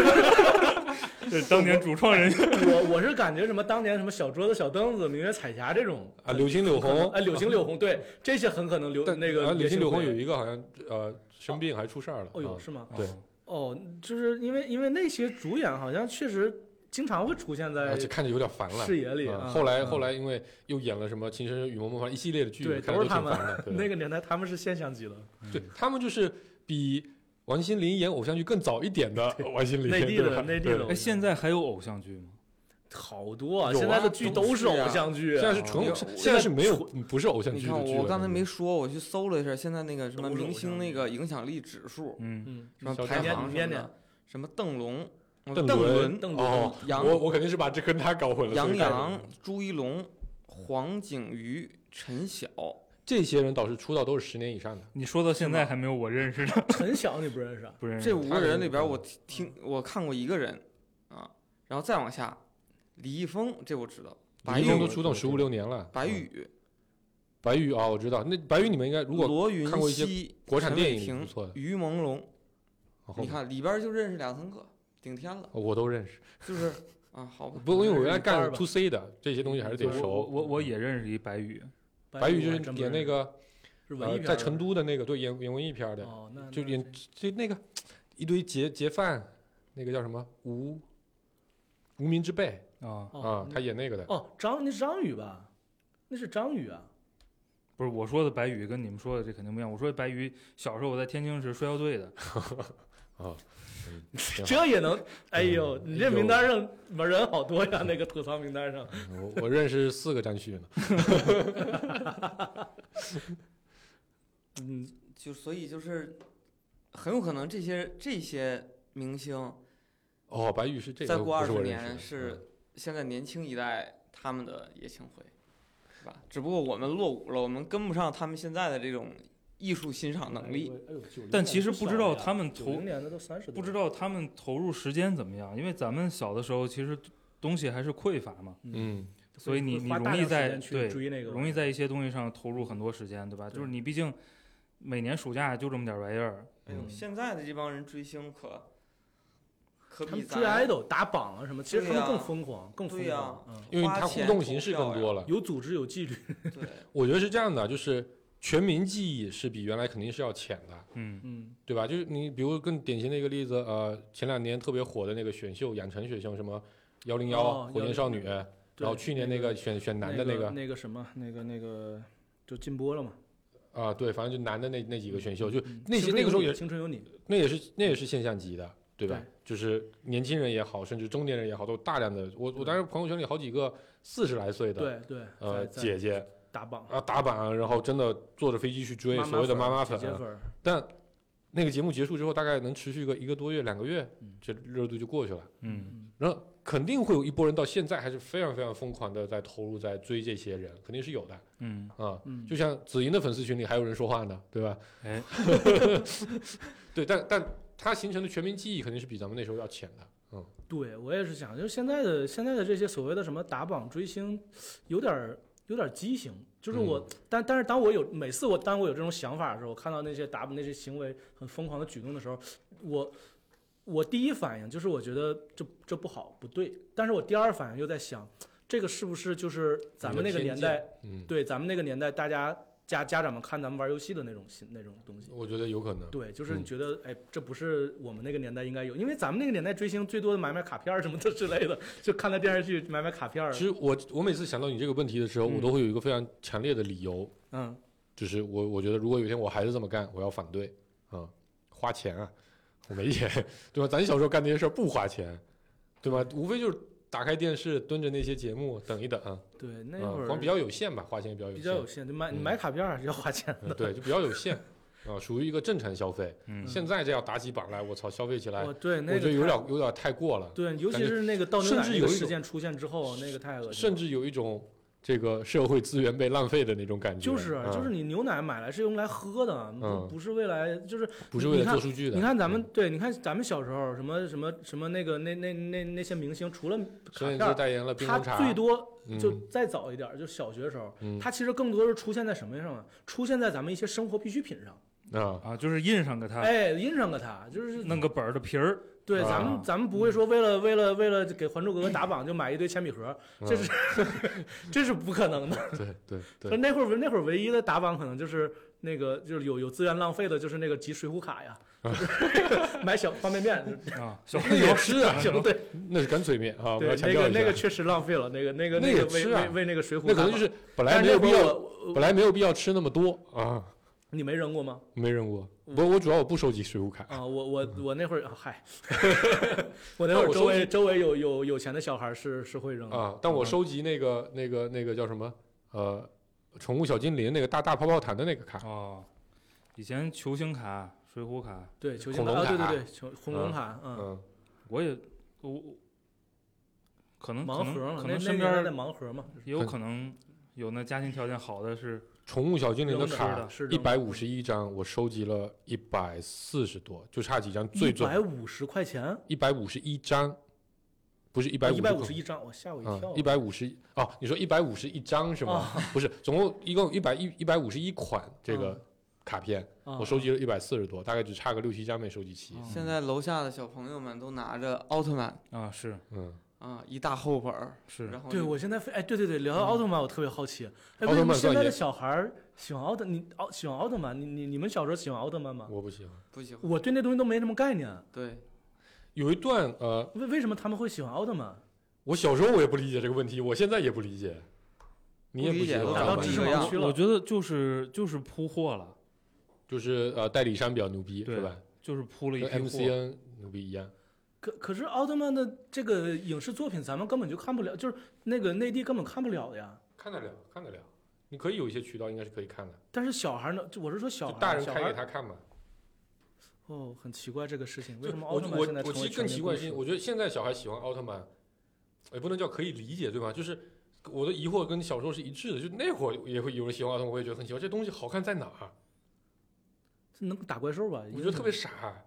S3: 对，当年主创人员
S5: 我我是感觉什么当年什么小桌子、小凳子、明月彩霞这种
S4: 啊，柳青柳红
S5: 啊，柳青柳红，对，这些很可能柳
S4: 但
S5: 那
S4: 啊
S5: 个
S4: 柳青柳红有
S5: 一，
S4: 一个好像呃生病还出事儿了，
S5: 哦
S4: 啊
S5: 呦，是吗？
S4: 对
S5: 哦，就是因为因为那些主演好像确实经常会出现在
S4: 而且看着有点烦了。
S5: 视野里。
S4: 啊
S5: 啊
S4: 后来
S5: 啊
S4: 后来因为又演了什么《情深雨蒙蒙》啊反正一系列的剧，
S5: 对
S4: 看
S5: 都
S4: 着挺
S5: 是他们
S4: 烦的。对
S5: 那个年代他们是现象级的，
S4: 对他们就是比王心凌演偶像剧更早一点的王心凌，
S5: 内地的
S4: 对吧
S5: 内地
S4: 对
S5: 的
S3: 哎，现在还有偶像剧吗？
S5: 好多啊！
S4: 有啊啊
S5: 现在的剧都是偶像剧
S4: 现，在是纯偶，
S2: 我
S4: 现在是没有不是偶像
S2: 你
S4: 剧
S2: 看
S4: 的剧了。
S2: 我刚才没说，我去搜了一下现在那个什么
S5: 都是偶
S2: 明星
S5: 像
S2: 那
S5: 剧
S2: 个影响力指数，
S3: 嗯，
S5: 嗯，
S2: 什么
S4: 小
S2: 排
S4: 张
S2: 行什
S5: 念
S2: 么
S5: 念
S2: 的，什么邓龙、呃
S4: 邓
S2: 邓
S4: 伦
S2: 伦、
S5: 邓伦
S4: 哦，
S2: 杨
S4: 我我肯定是把这跟他搞混了。所
S2: 杨
S4: 以嗯盖
S2: 洋
S4: 了、
S2: 朱一龙、黄景瑜、陈晓，
S4: 这些人导师出道都是十年以上的，
S3: 你说到现在还没有我认识的，
S5: 陈晓 你不认识啊？
S3: 不认识
S2: 这五个人里边儿，
S4: 嗯
S2: 我听听我看过一个人啊，然后再往下，李易峰这我知道，白
S4: 李易峰都
S2: 宇、
S4: 出道十五六年了。
S2: 白
S4: 嗯
S2: 宇、
S4: 白宇啊，我知道，那白宇你们应该如果
S2: 罗云
S4: 看过一些
S2: 熙、
S4: 国产
S2: 陈伟
S4: 电影不
S2: 霆、
S4: 错的，
S2: 于朦胧，
S4: 然后
S2: 你看里边儿就认识两三个，顶天了，
S4: 哦我都认识，
S2: 就是啊，好吧，
S4: 不因为我原来
S5: 一半
S4: 干
S5: 儿吧
S4: to C 的这些东西还是得
S3: 我
S4: 熟。嗯
S3: 我我我也认识一白宇，
S4: 白宇就
S5: 我还真
S4: 是
S5: 不
S4: 演那
S5: 认识
S4: 个
S5: 是文艺
S4: 呃
S5: 片儿
S4: 在
S5: 的
S4: 成都的那个对演演文艺片儿的，
S5: 哦，那
S4: 就
S5: 那
S4: 演就那个一堆劫劫犯，那个叫什么无无名之辈
S3: 啊，
S4: 啊
S5: 哦，
S4: 他演那个的。
S5: 哦张那是张宇吧？那是张宇啊。
S3: 不是我说的白宇跟你们说的这肯定不一样。我说的白宇小时候我在天津是摔跤队的，
S4: 挺好
S5: 这也能？哎呦，
S4: 嗯
S5: 你这名单上门人好多呀，那个吐槽名单上。
S4: 嗯我我认识四个战旭呢，
S5: 嗯，
S2: 就所以就是很有可能这些这些明星
S4: 哦，白宇是这个，
S2: 再过二
S4: 不是
S2: 十
S4: 我认识
S2: 年
S4: 的嗯
S2: 是现在年轻一代他们的野青回，是吧？只不过我们落伍了，我们跟不上他们现在的这种艺术欣赏能力。
S5: 哎呦。90年代
S3: 但其实不知道他们
S5: 九
S3: 投
S5: 零年的都三十多了，
S3: 不知道他们投入时间怎么样，因为咱们小的时候其实东西还是匮乏嘛，
S4: 嗯
S3: 所以你
S5: 会
S3: 你
S5: 花大
S3: 容易
S5: 量时
S3: 在
S5: 间去
S3: 对
S5: 追那个
S3: 容易在一些东西上投入很多时间，对吧？
S5: 对
S3: 就是你毕竟每年暑假就这么点玩意儿，
S2: 哎呦，
S4: 嗯
S2: 现在的这帮人追星可可
S5: 他
S2: 比
S5: 们追
S2: 咱
S5: idol 打榜啊什么，其实他们
S2: 对呀
S5: 更疯狂，更疯
S2: 对呀
S5: 狂，嗯，
S4: 因为
S2: 花
S4: 他互
S2: 钱
S4: 动
S2: 投
S4: 形式
S2: 票
S4: 更
S2: 呀
S4: 多了。
S5: 有组织有纪律，
S2: 对
S4: 我觉得是这样的，就是全民记忆是比原来肯定是要浅的，
S3: 嗯，
S5: 嗯，
S4: 对吧？就是你比如更典型的一个例子，呃，前两年特别火的那个选秀，养成选秀什么幺零幺
S5: 哦
S4: 火箭少女，然后
S5: 对
S4: 去年那个选选男的
S5: 那
S4: 那个
S5: 那个什么那个那个就禁播了嘛，
S4: 啊，对，反正就男的那那几个选秀，就
S5: 嗯
S4: 那些
S5: 青春
S4: 那个时候
S5: 有你
S4: 也
S5: 青春有你，
S4: 那也是那也是现象级的，对吧？就是年轻人也好，甚至中年人也好，都有大量的我我当时朋友圈里好几个四十来岁的
S5: 对对，
S4: 呃
S5: 在在
S4: 姐姐
S5: 打榜，
S4: 啊打板，然后真的坐着飞机去追
S5: 妈
S4: 所谓的妈妈
S5: 粉啊
S4: 粉啊
S5: 儿、姐，姐粉儿，
S4: 但那个节目结束之后，大概能持续个一个多月、两个月
S5: 嗯，
S4: 这热度就过去了。
S3: 嗯，
S4: 然后肯定会有一波人到现在还是非常非常疯狂的在投入在追这些人，肯定是有的
S3: 嗯，
S4: 啊。
S5: 嗯，
S4: 就像紫莹的粉丝群里还有人说话呢，对吧？
S3: 哎，
S4: 对，但但它形成的全民记忆肯定是比咱们那时候要浅的。嗯，
S5: 对我也是想，就是现在的现在的这些所谓的什么打榜追星，有点儿有点儿畸形。就是我，
S4: 嗯
S5: 但但是当我有每次我当我有这种想法的时候，我看到那些打榜那些行为很疯狂的举动的时候，我我第一反应就是我觉得这这不好不对，但是我第二反应又在想，这个是不是就是咱们那个年代
S4: 嗯，
S5: 对，咱们那个年代，大家家家长们看咱们玩游戏的那种心那种东西。
S4: 我觉得有可能。
S5: 对，就是你
S4: 嗯
S5: 觉得，哎，这不是我们那个年代应该有，因为咱们那个年代追星最多的买买卡片儿什么的之类的，就看看电视剧买买卡片儿
S4: 其。实我我每次想到你这个问题的时候，
S3: 嗯
S4: 我都会有一个非常强烈的理由，
S5: 嗯，
S4: 就是我我觉得如果有一天我孩子这么干，我要反对啊、花钱啊，我没钱， 对吧？咱小时候干那些事儿不花钱，对吧？无非就是打开电视，蹲着那些节目等一等啊，
S5: 对，那
S4: 啊
S5: 会儿
S4: 光比较有限吧，花钱也比较有
S5: 比
S4: 限，
S5: 较有限，就买你
S4: 嗯
S5: 买卡片儿还是要花钱
S4: 嗯对，就比较有限啊，属于一个正常消费。
S3: 嗯
S4: 现在这要打起榜来，我操，消费起来，
S5: 的。哦，对，那
S4: 哎我觉得有
S5: 个太
S4: 点有点太过了，
S5: 对，尤其
S4: 感觉
S5: 是那个倒牛
S4: 甚
S5: 奶
S4: 至
S5: 那
S4: 有
S5: 个
S4: 一
S5: 事
S4: 种
S5: 件出现之后，那个太恶心了。
S4: 甚至有一种这个社会资源被浪费的那种感觉。
S5: 就是
S4: 啊
S5: 就是你牛奶买来是用来喝的，不
S4: 嗯
S5: 不是为来就是
S4: 不是为
S5: 你
S4: 了
S5: 看
S4: 做数据的。嗯
S5: 你看咱们对，你看咱们小时候什么什么什么那个那那那那些明星，除了卡
S4: 所以
S5: 片
S4: 就
S5: 儿，
S4: 代言了冰
S5: 他
S4: 红茶，
S5: 最多
S4: 嗯
S5: 就再早一点儿，就小学时候，
S4: 嗯
S5: 他其实更多是出现在什么上啊？出现在咱们一些生活必需品上，
S4: 啊，
S3: 啊，就是印上给他，
S5: 哎，印上个他，就是
S3: 弄个本儿的皮儿，
S5: 对
S4: 啊
S5: 咱们咱们不会说为了为了为了给《还珠格格》打榜就买一堆铅笔盒，这是 这是不可能的。
S4: 对对
S5: 所以
S4: 啊对，
S5: 那会儿那会儿唯一的打榜可能就是那个就是有有资源浪费的，就是那个集水浒卡 呀，就是买小方便面，就是
S3: 啊，小
S4: 那
S3: 朋友
S4: 也吃啊，
S5: 行对。
S4: 那是干脆面啊，我
S5: 对
S4: 要，强
S5: 那
S4: 调
S5: 个
S4: 一下，
S5: 那个确实浪费了，那个那个
S4: 那
S5: 个
S4: 也
S5: 为
S4: 吃啊
S5: 为为那个水浒
S4: 那可能
S5: 打
S4: 就是本
S5: 但
S4: 来
S5: 是
S4: 没有
S5: 那
S4: 必
S5: 会儿
S4: 要，
S5: 我
S4: 本来没有必要吃那么多啊，
S5: 你没扔过吗？
S4: 没扔过。
S5: 嗯
S4: 不，我主要我不收集水浒卡，
S5: 啊，我我我那会儿啊 嗨，我那会
S4: 但嗯我
S5: 儿周
S4: 收
S5: 围
S4: 集
S5: 周围有有有钱的小孩是是会扔的，
S4: 啊，但我收集那个那个那个叫什么呃，宠物小精灵那个大大泡泡糖的那个卡，
S3: 哦，以前球星卡、水浒卡，
S5: 对球星
S4: 恐龙
S5: 卡，啊对
S4: 卡
S5: 对对，球红龙卡，嗯，
S4: 嗯，
S3: 我也我我可
S4: 嗯
S3: 能可
S5: 盲盒
S3: 能可
S5: 嘛，
S3: 能
S5: 那那
S3: 身
S5: 年代的
S3: 边
S5: 盲盒嘛，
S3: 也有可能有那家庭条件好的是
S4: 宠物小精灵
S5: 扔的
S4: 卡
S5: 是
S4: 一
S5: 扔的
S4: 百五十一张，我收集了一百四十多，就差几张，最
S5: 一百
S4: 准
S5: 五十块钱，
S4: 一百五十一张，不是一百
S5: 一百五
S4: 十
S5: 十一张，我吓我一
S4: 啊
S5: 跳，，
S4: 一百五十哦，你说一百五十一张是吗？ 不是，总共一共一百一一百五十一款这个卡片，
S5: 啊，
S4: 我收集了一百四十多，大概只差个六七张没收集齐。
S5: 嗯
S3: 哦
S2: 现在楼下的小朋友们都拿着奥特曼
S3: 啊，是
S4: 嗯，
S2: 啊，一大厚本儿，
S3: 是
S2: 然后
S5: 对
S2: 一
S5: 我现在非哎对对对，聊到奥特曼我特别好奇，哎
S4: 嗯奥特
S5: 为什么
S4: 曼
S5: 现
S4: 算
S5: 在
S4: 也
S5: 的小孩儿喜欢奥特你奥喜欢奥特曼，你你你们小时候喜欢奥特曼吗？
S4: 我不喜欢。
S2: 不喜欢。
S5: 我对那东西都没什么概念，
S2: 对，
S4: 有一段呃，
S5: 为为什么他们会喜欢奥特曼？
S4: 我小时候我也不理解这个问题，我现在也不理解。你也
S2: 不理
S4: 喜
S2: 解
S4: 欢
S2: 我
S5: 打
S4: 奥
S5: 到
S4: 特
S5: 知
S4: 曼
S5: 识
S2: 这个
S5: 盲
S2: 样
S5: 区
S3: 我
S5: 了，
S3: 觉得就是就是铺货了，
S4: 就是呃，代理商比较牛逼
S3: 对
S4: 是吧？
S3: 就是铺了一
S4: 跟
S3: 批货，
S4: MCN 牛逼一样。
S5: 可可是奥特曼的这个影视作品，咱们根本就看不了，就是那个内地根本看不了的呀。
S4: 看得了，看得了。你可以有一些渠道应该是可以看的，
S5: 但是小孩儿呢，就我是说小
S4: 就
S5: 孩儿，
S4: 大人
S5: 小
S4: 开给
S5: 孩儿
S4: 他看嘛。
S5: 哦，很奇怪这个事情，为
S4: 就
S5: 什么
S4: 我
S5: 奥特
S4: 就
S5: 曼
S4: 我
S5: 现在
S4: 我
S5: 成
S4: 其
S5: 为
S4: 实更
S5: 全
S4: 奇
S5: 民
S4: 怪
S5: 故
S4: 的是，
S5: 事？
S4: 我觉得现在小孩喜欢奥特曼，也不能叫可以理解，对吧？就是我的疑惑跟小时候是一致的，就那会儿也会有人喜欢奥特曼，我也觉得很奇怪，这东西好看在哪儿？
S5: 能打怪兽吧？
S4: 我觉得特别傻，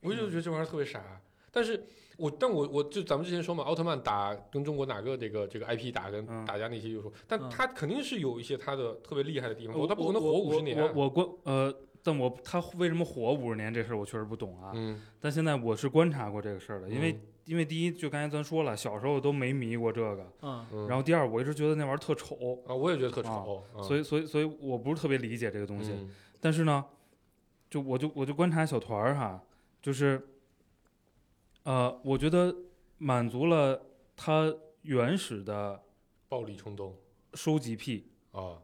S4: 我就觉得这玩意儿特别傻。但是我但我我就咱们之前说嘛，奥特曼打跟中国哪个这个这个 IP 打跟
S3: 嗯
S4: 打架那些就说，但
S5: 嗯
S4: 他肯定是有一些他的特别厉害的地方，
S3: 我
S4: 他不可能活
S3: 我
S4: 五十年啊。
S3: 我我关呃，但我他为什么火五十年这事儿我确实不懂啊，
S4: 嗯，
S3: 但现在我是观察过这个事儿的，因为
S4: 嗯
S3: 因为第一就刚才咱说了，小时候都没迷过这个，
S5: 啊，
S4: 嗯
S3: 然后第二我一直觉得那玩意儿特丑，
S4: 啊，我也觉得特丑，啊
S3: 所以所以所以我不是特别理解这个东西。
S4: 嗯
S3: 但是呢，就我就我就观察小团儿哈，就是，呃，我觉得满足了他原始的
S4: 暴力冲动
S3: 收集癖
S4: 啊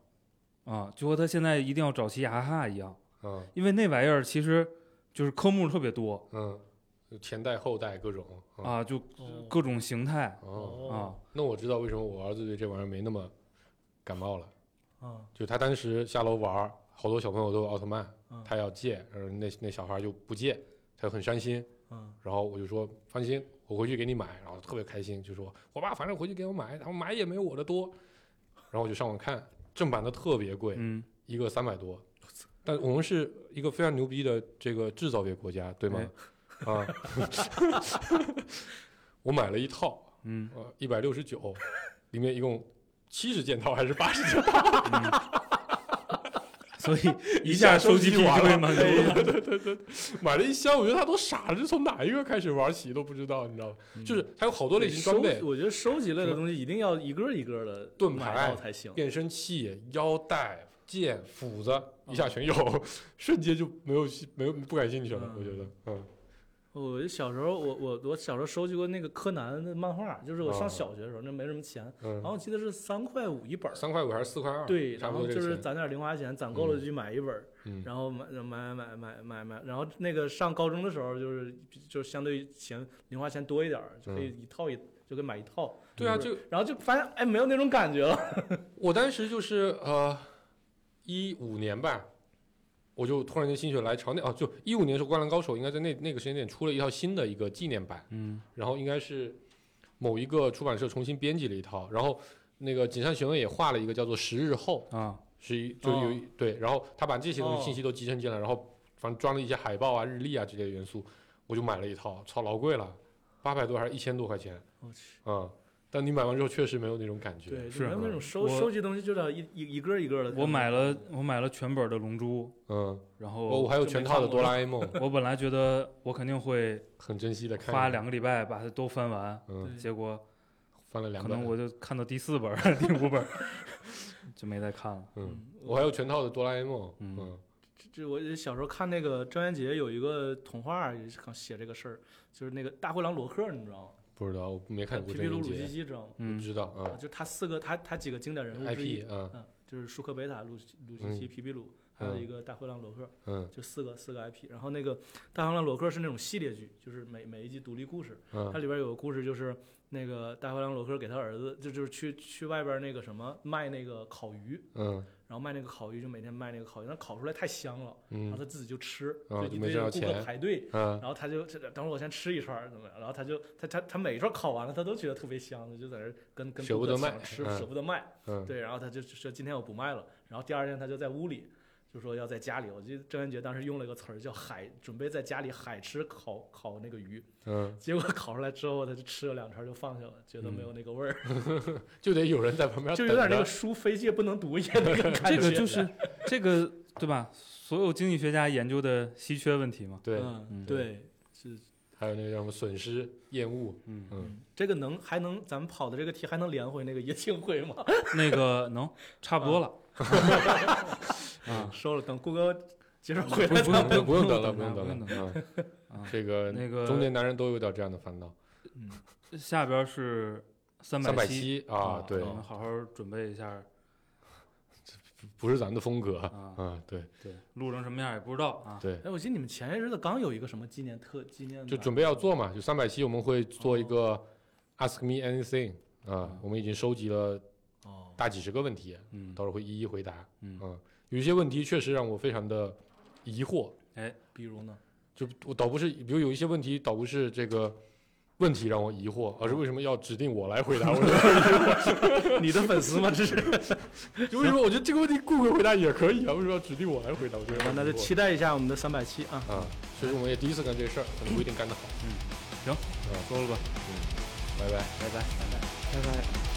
S3: 啊，就和他现在一定要找齐雅哈哈一样，
S4: 啊
S3: 因为那玩意儿其实就是科目特别多，
S4: 嗯前代后代各种。嗯
S3: 啊，就
S5: 哦
S3: 各种形态
S4: 哦，
S3: 啊，
S4: 那我知道为什么我儿子对这玩意儿没那么感冒了，
S5: 啊
S4: 就他当时下楼玩儿，好多小朋友都有奥特曼
S5: 嗯，
S4: 他要借，然后那那小孩就不借，他就很伤心。
S5: 嗯
S4: 然后我就说放心，我回去给你买，然后特别开心，就说我爸反正回去给我买，他们买也没有我的多。然后我就上网看，正版的特别贵，
S3: 嗯，
S4: 一个三百多。但我们是一个非常牛逼的这个制造业国家，对
S5: 哎
S4: 吗？啊，我买了一套，
S3: 嗯，
S4: 呃，一百六十九，里面一共七十件套还是八十件套？
S3: 所 以一
S4: 下
S3: 下
S4: 收
S3: 收集
S4: 集
S3: 癖
S4: 完
S3: 就被
S4: 了
S3: 满足了，
S4: 买了一箱，我觉得他都傻了，这从哪一个开始玩起都不知道，你知道吗？就是它有好多类型装备
S5: 嗯收，我觉得收集类
S4: 什
S5: 的
S4: 么
S5: 东西一定要一个一个的
S4: 盾
S5: 买
S4: 牌
S5: 到才行。
S4: 变声器、腰带、剑、斧子，一下全有， 瞬间就没有兴没有不感兴趣了。
S5: 嗯
S4: 我觉得，嗯，
S5: 我小时候，我我我小时候收集过那个柯南的漫画，就是我
S4: 哦
S5: 上小学的时候，那没什么钱，然
S4: 嗯，
S5: 后我记得是三块五一本儿，
S4: 三块五还是四块二？
S5: 哦对，
S4: 差
S5: 然
S4: 不
S5: 后
S4: 多这
S5: 就
S4: 个
S5: 是
S4: 钱
S5: 攒点零花钱，攒够了就去买一本儿，
S4: 嗯
S5: 然后买买买买买买，然后那个上高中的时候，就是就是相对钱零花钱多一点儿，就可
S4: 嗯
S5: 以一套一、就可以买一套，
S4: 对啊，
S5: 嗯
S4: 就
S5: 然后就发现哎没有那种感觉了，
S4: 我当时就是呃，一五年吧，我就突然间心血来潮，那哦，就一五年的时候，《灌篮高手》应该在那那个时间点出了一套新的一个纪念版，
S3: 嗯，
S4: 然后应该是某一个出版社重新编辑了一套，然后那个井上雄也画了一个叫做《十日后》，
S3: 啊，
S4: 是一就有一、对，然后他把这些东西
S5: 哦
S4: 信息都集成进来，然后反正装了一些海报啊、日历啊之类的元素，我就买了一套，操，老贵了，八百多还是一千多块钱，
S5: 我去，
S4: 嗯，但你买完之后确实没有那种感觉，
S5: 对，
S3: 是
S5: 就没有那种收
S3: 我
S5: 收集东西就得一一一个一个的。
S3: 我买了我买了全本儿的《龙珠
S4: 嗯，》，
S3: 然
S4: 我我
S3: 后
S4: 还有
S5: 就
S4: 全
S5: 没
S4: 套
S5: 看
S4: 的
S5: 过
S4: 哆啦 A 梦，
S3: 我本来觉得我肯定会
S4: 很珍惜的看，
S3: 花两个礼拜把它都翻完，
S4: 嗯，
S5: 对
S3: 结果
S4: 翻了两
S3: 可
S4: 本
S3: 能，我就看到第四本 儿、第五本儿就没再看了，
S4: 嗯，我
S5: 我
S4: 还有全套的哆啦 A 梦，
S3: 嗯
S4: 嗯，
S5: 这我小时候看那个郑渊洁有一个童话，也是写这个事儿，就是那个大灰狼罗克，你知道吗？
S4: 不知道，我没看过
S5: 皮
S4: 真
S5: 皮鲁
S4: 人
S5: 鲁基
S4: 杰，
S5: 基知道吗？
S4: 不
S3: 嗯，
S4: 知道，
S5: 啊，就他四个，他他几个经典人
S4: 嗯
S5: 物之一
S4: ，IP，，嗯
S5: 嗯，就是舒克贝塔、鲁西鲁西
S4: 嗯
S5: 奇、皮皮鲁，还有
S4: 嗯
S5: 一个大灰狼罗克，
S4: 嗯
S5: 就四个四个 IP。然后那个大灰狼罗克是那种系列剧，就是每每一集独立故事，它
S4: 嗯
S5: 里边有个故事就是那个大灰狼罗克给他儿子，就就是去去外边那个什么卖那个烤鱼，
S4: 嗯
S5: 然后卖那个烤鱼就每天卖那个烤鱼，但烤出来太香了，然后
S4: 嗯
S5: 他自己就吃，
S4: 啊
S5: 就
S4: 就
S5: 一
S4: 没
S5: 堆
S4: 挣
S5: 的
S4: 着
S5: 顾
S4: 钱
S5: 客排队。
S4: 嗯，
S5: 然后他就这等会儿我先吃一串儿怎么样？然后他就他他他每一串烤完了，他都觉得特别香，就在那儿跟跟
S4: 舍不
S5: 顾客
S4: 得卖
S5: 抢吃
S4: 嗯
S5: 舍不得卖。
S4: 嗯，
S5: 对，然后他就说今天我不卖了。然后第二天他就在屋里就说要在家里。我记得郑渊洁当时用了一个词儿叫“海”，准备在家里海吃烤烤那个鱼。
S4: 嗯，
S5: 结果烤出来之后，他就吃了两串儿就放下了，觉得没有那个味儿，
S4: 就得有人在旁边
S5: 就
S4: 等
S5: 有点那个
S4: 着，
S5: 书非借不能读一样那个感觉。
S3: 这个就是这个对吧？所有经济学家研究的稀缺问题嘛，
S4: 对，
S5: 嗯
S3: 嗯
S5: 对。是
S4: 还有那个叫什么损失、厌恶，
S3: 嗯，
S4: 嗯
S5: 这个能还能咱们跑的这个题还能连回那个叶庆辉吗？
S3: 那个能差不多了， 啊，
S5: 收了，等顾哥接着
S3: 不
S5: 回来
S3: 用
S5: 咱
S3: 不
S5: 们
S3: 用
S4: 不用等了，
S3: 不
S4: 不
S3: 用
S4: 用
S3: 不
S4: 等
S3: 用等
S4: 了，嗯，
S3: 啊。
S4: 这个
S3: 那个
S4: 中年男人都有点这样的烦恼，
S3: 下边是三
S4: 三百
S3: 七嗯
S4: 七啊，对
S3: 我，们好好准备一下
S4: 不是咱们的风格，
S3: 啊，
S4: 嗯，对
S3: 对，录成什么样也不知道啊，
S4: 对，
S5: 哎，我记得你们前些日子刚有一个什么纪念特纪念版，
S4: 就准备要做嘛，就三百七我们会做一个 Ask Me Anything 啊
S3: 嗯，
S4: 我们已经收集了
S5: 哦，
S4: 大几十个问题，
S3: 嗯
S4: 到时候会一一回答，啊
S3: 嗯
S4: 有一些问题确实让我非常的疑惑，
S3: 哎
S5: 比如呢？
S4: 就我倒不是，比如有一些问题倒不是这个。问题让我疑惑，而是为什么要指定我来回答？我说
S5: 你的粉丝吗？这是，
S4: 就为什么？我觉得这个问题顾哥回答也可以啊，为什么要指定我来回答？我觉得
S5: 那就期待一下我们的三百七啊。
S4: 啊，所以我们也第一次干这事儿，可能不一定干得好。
S3: 行，说了吧，
S4: 拜拜。
S3: 拜拜。
S5: 拜拜。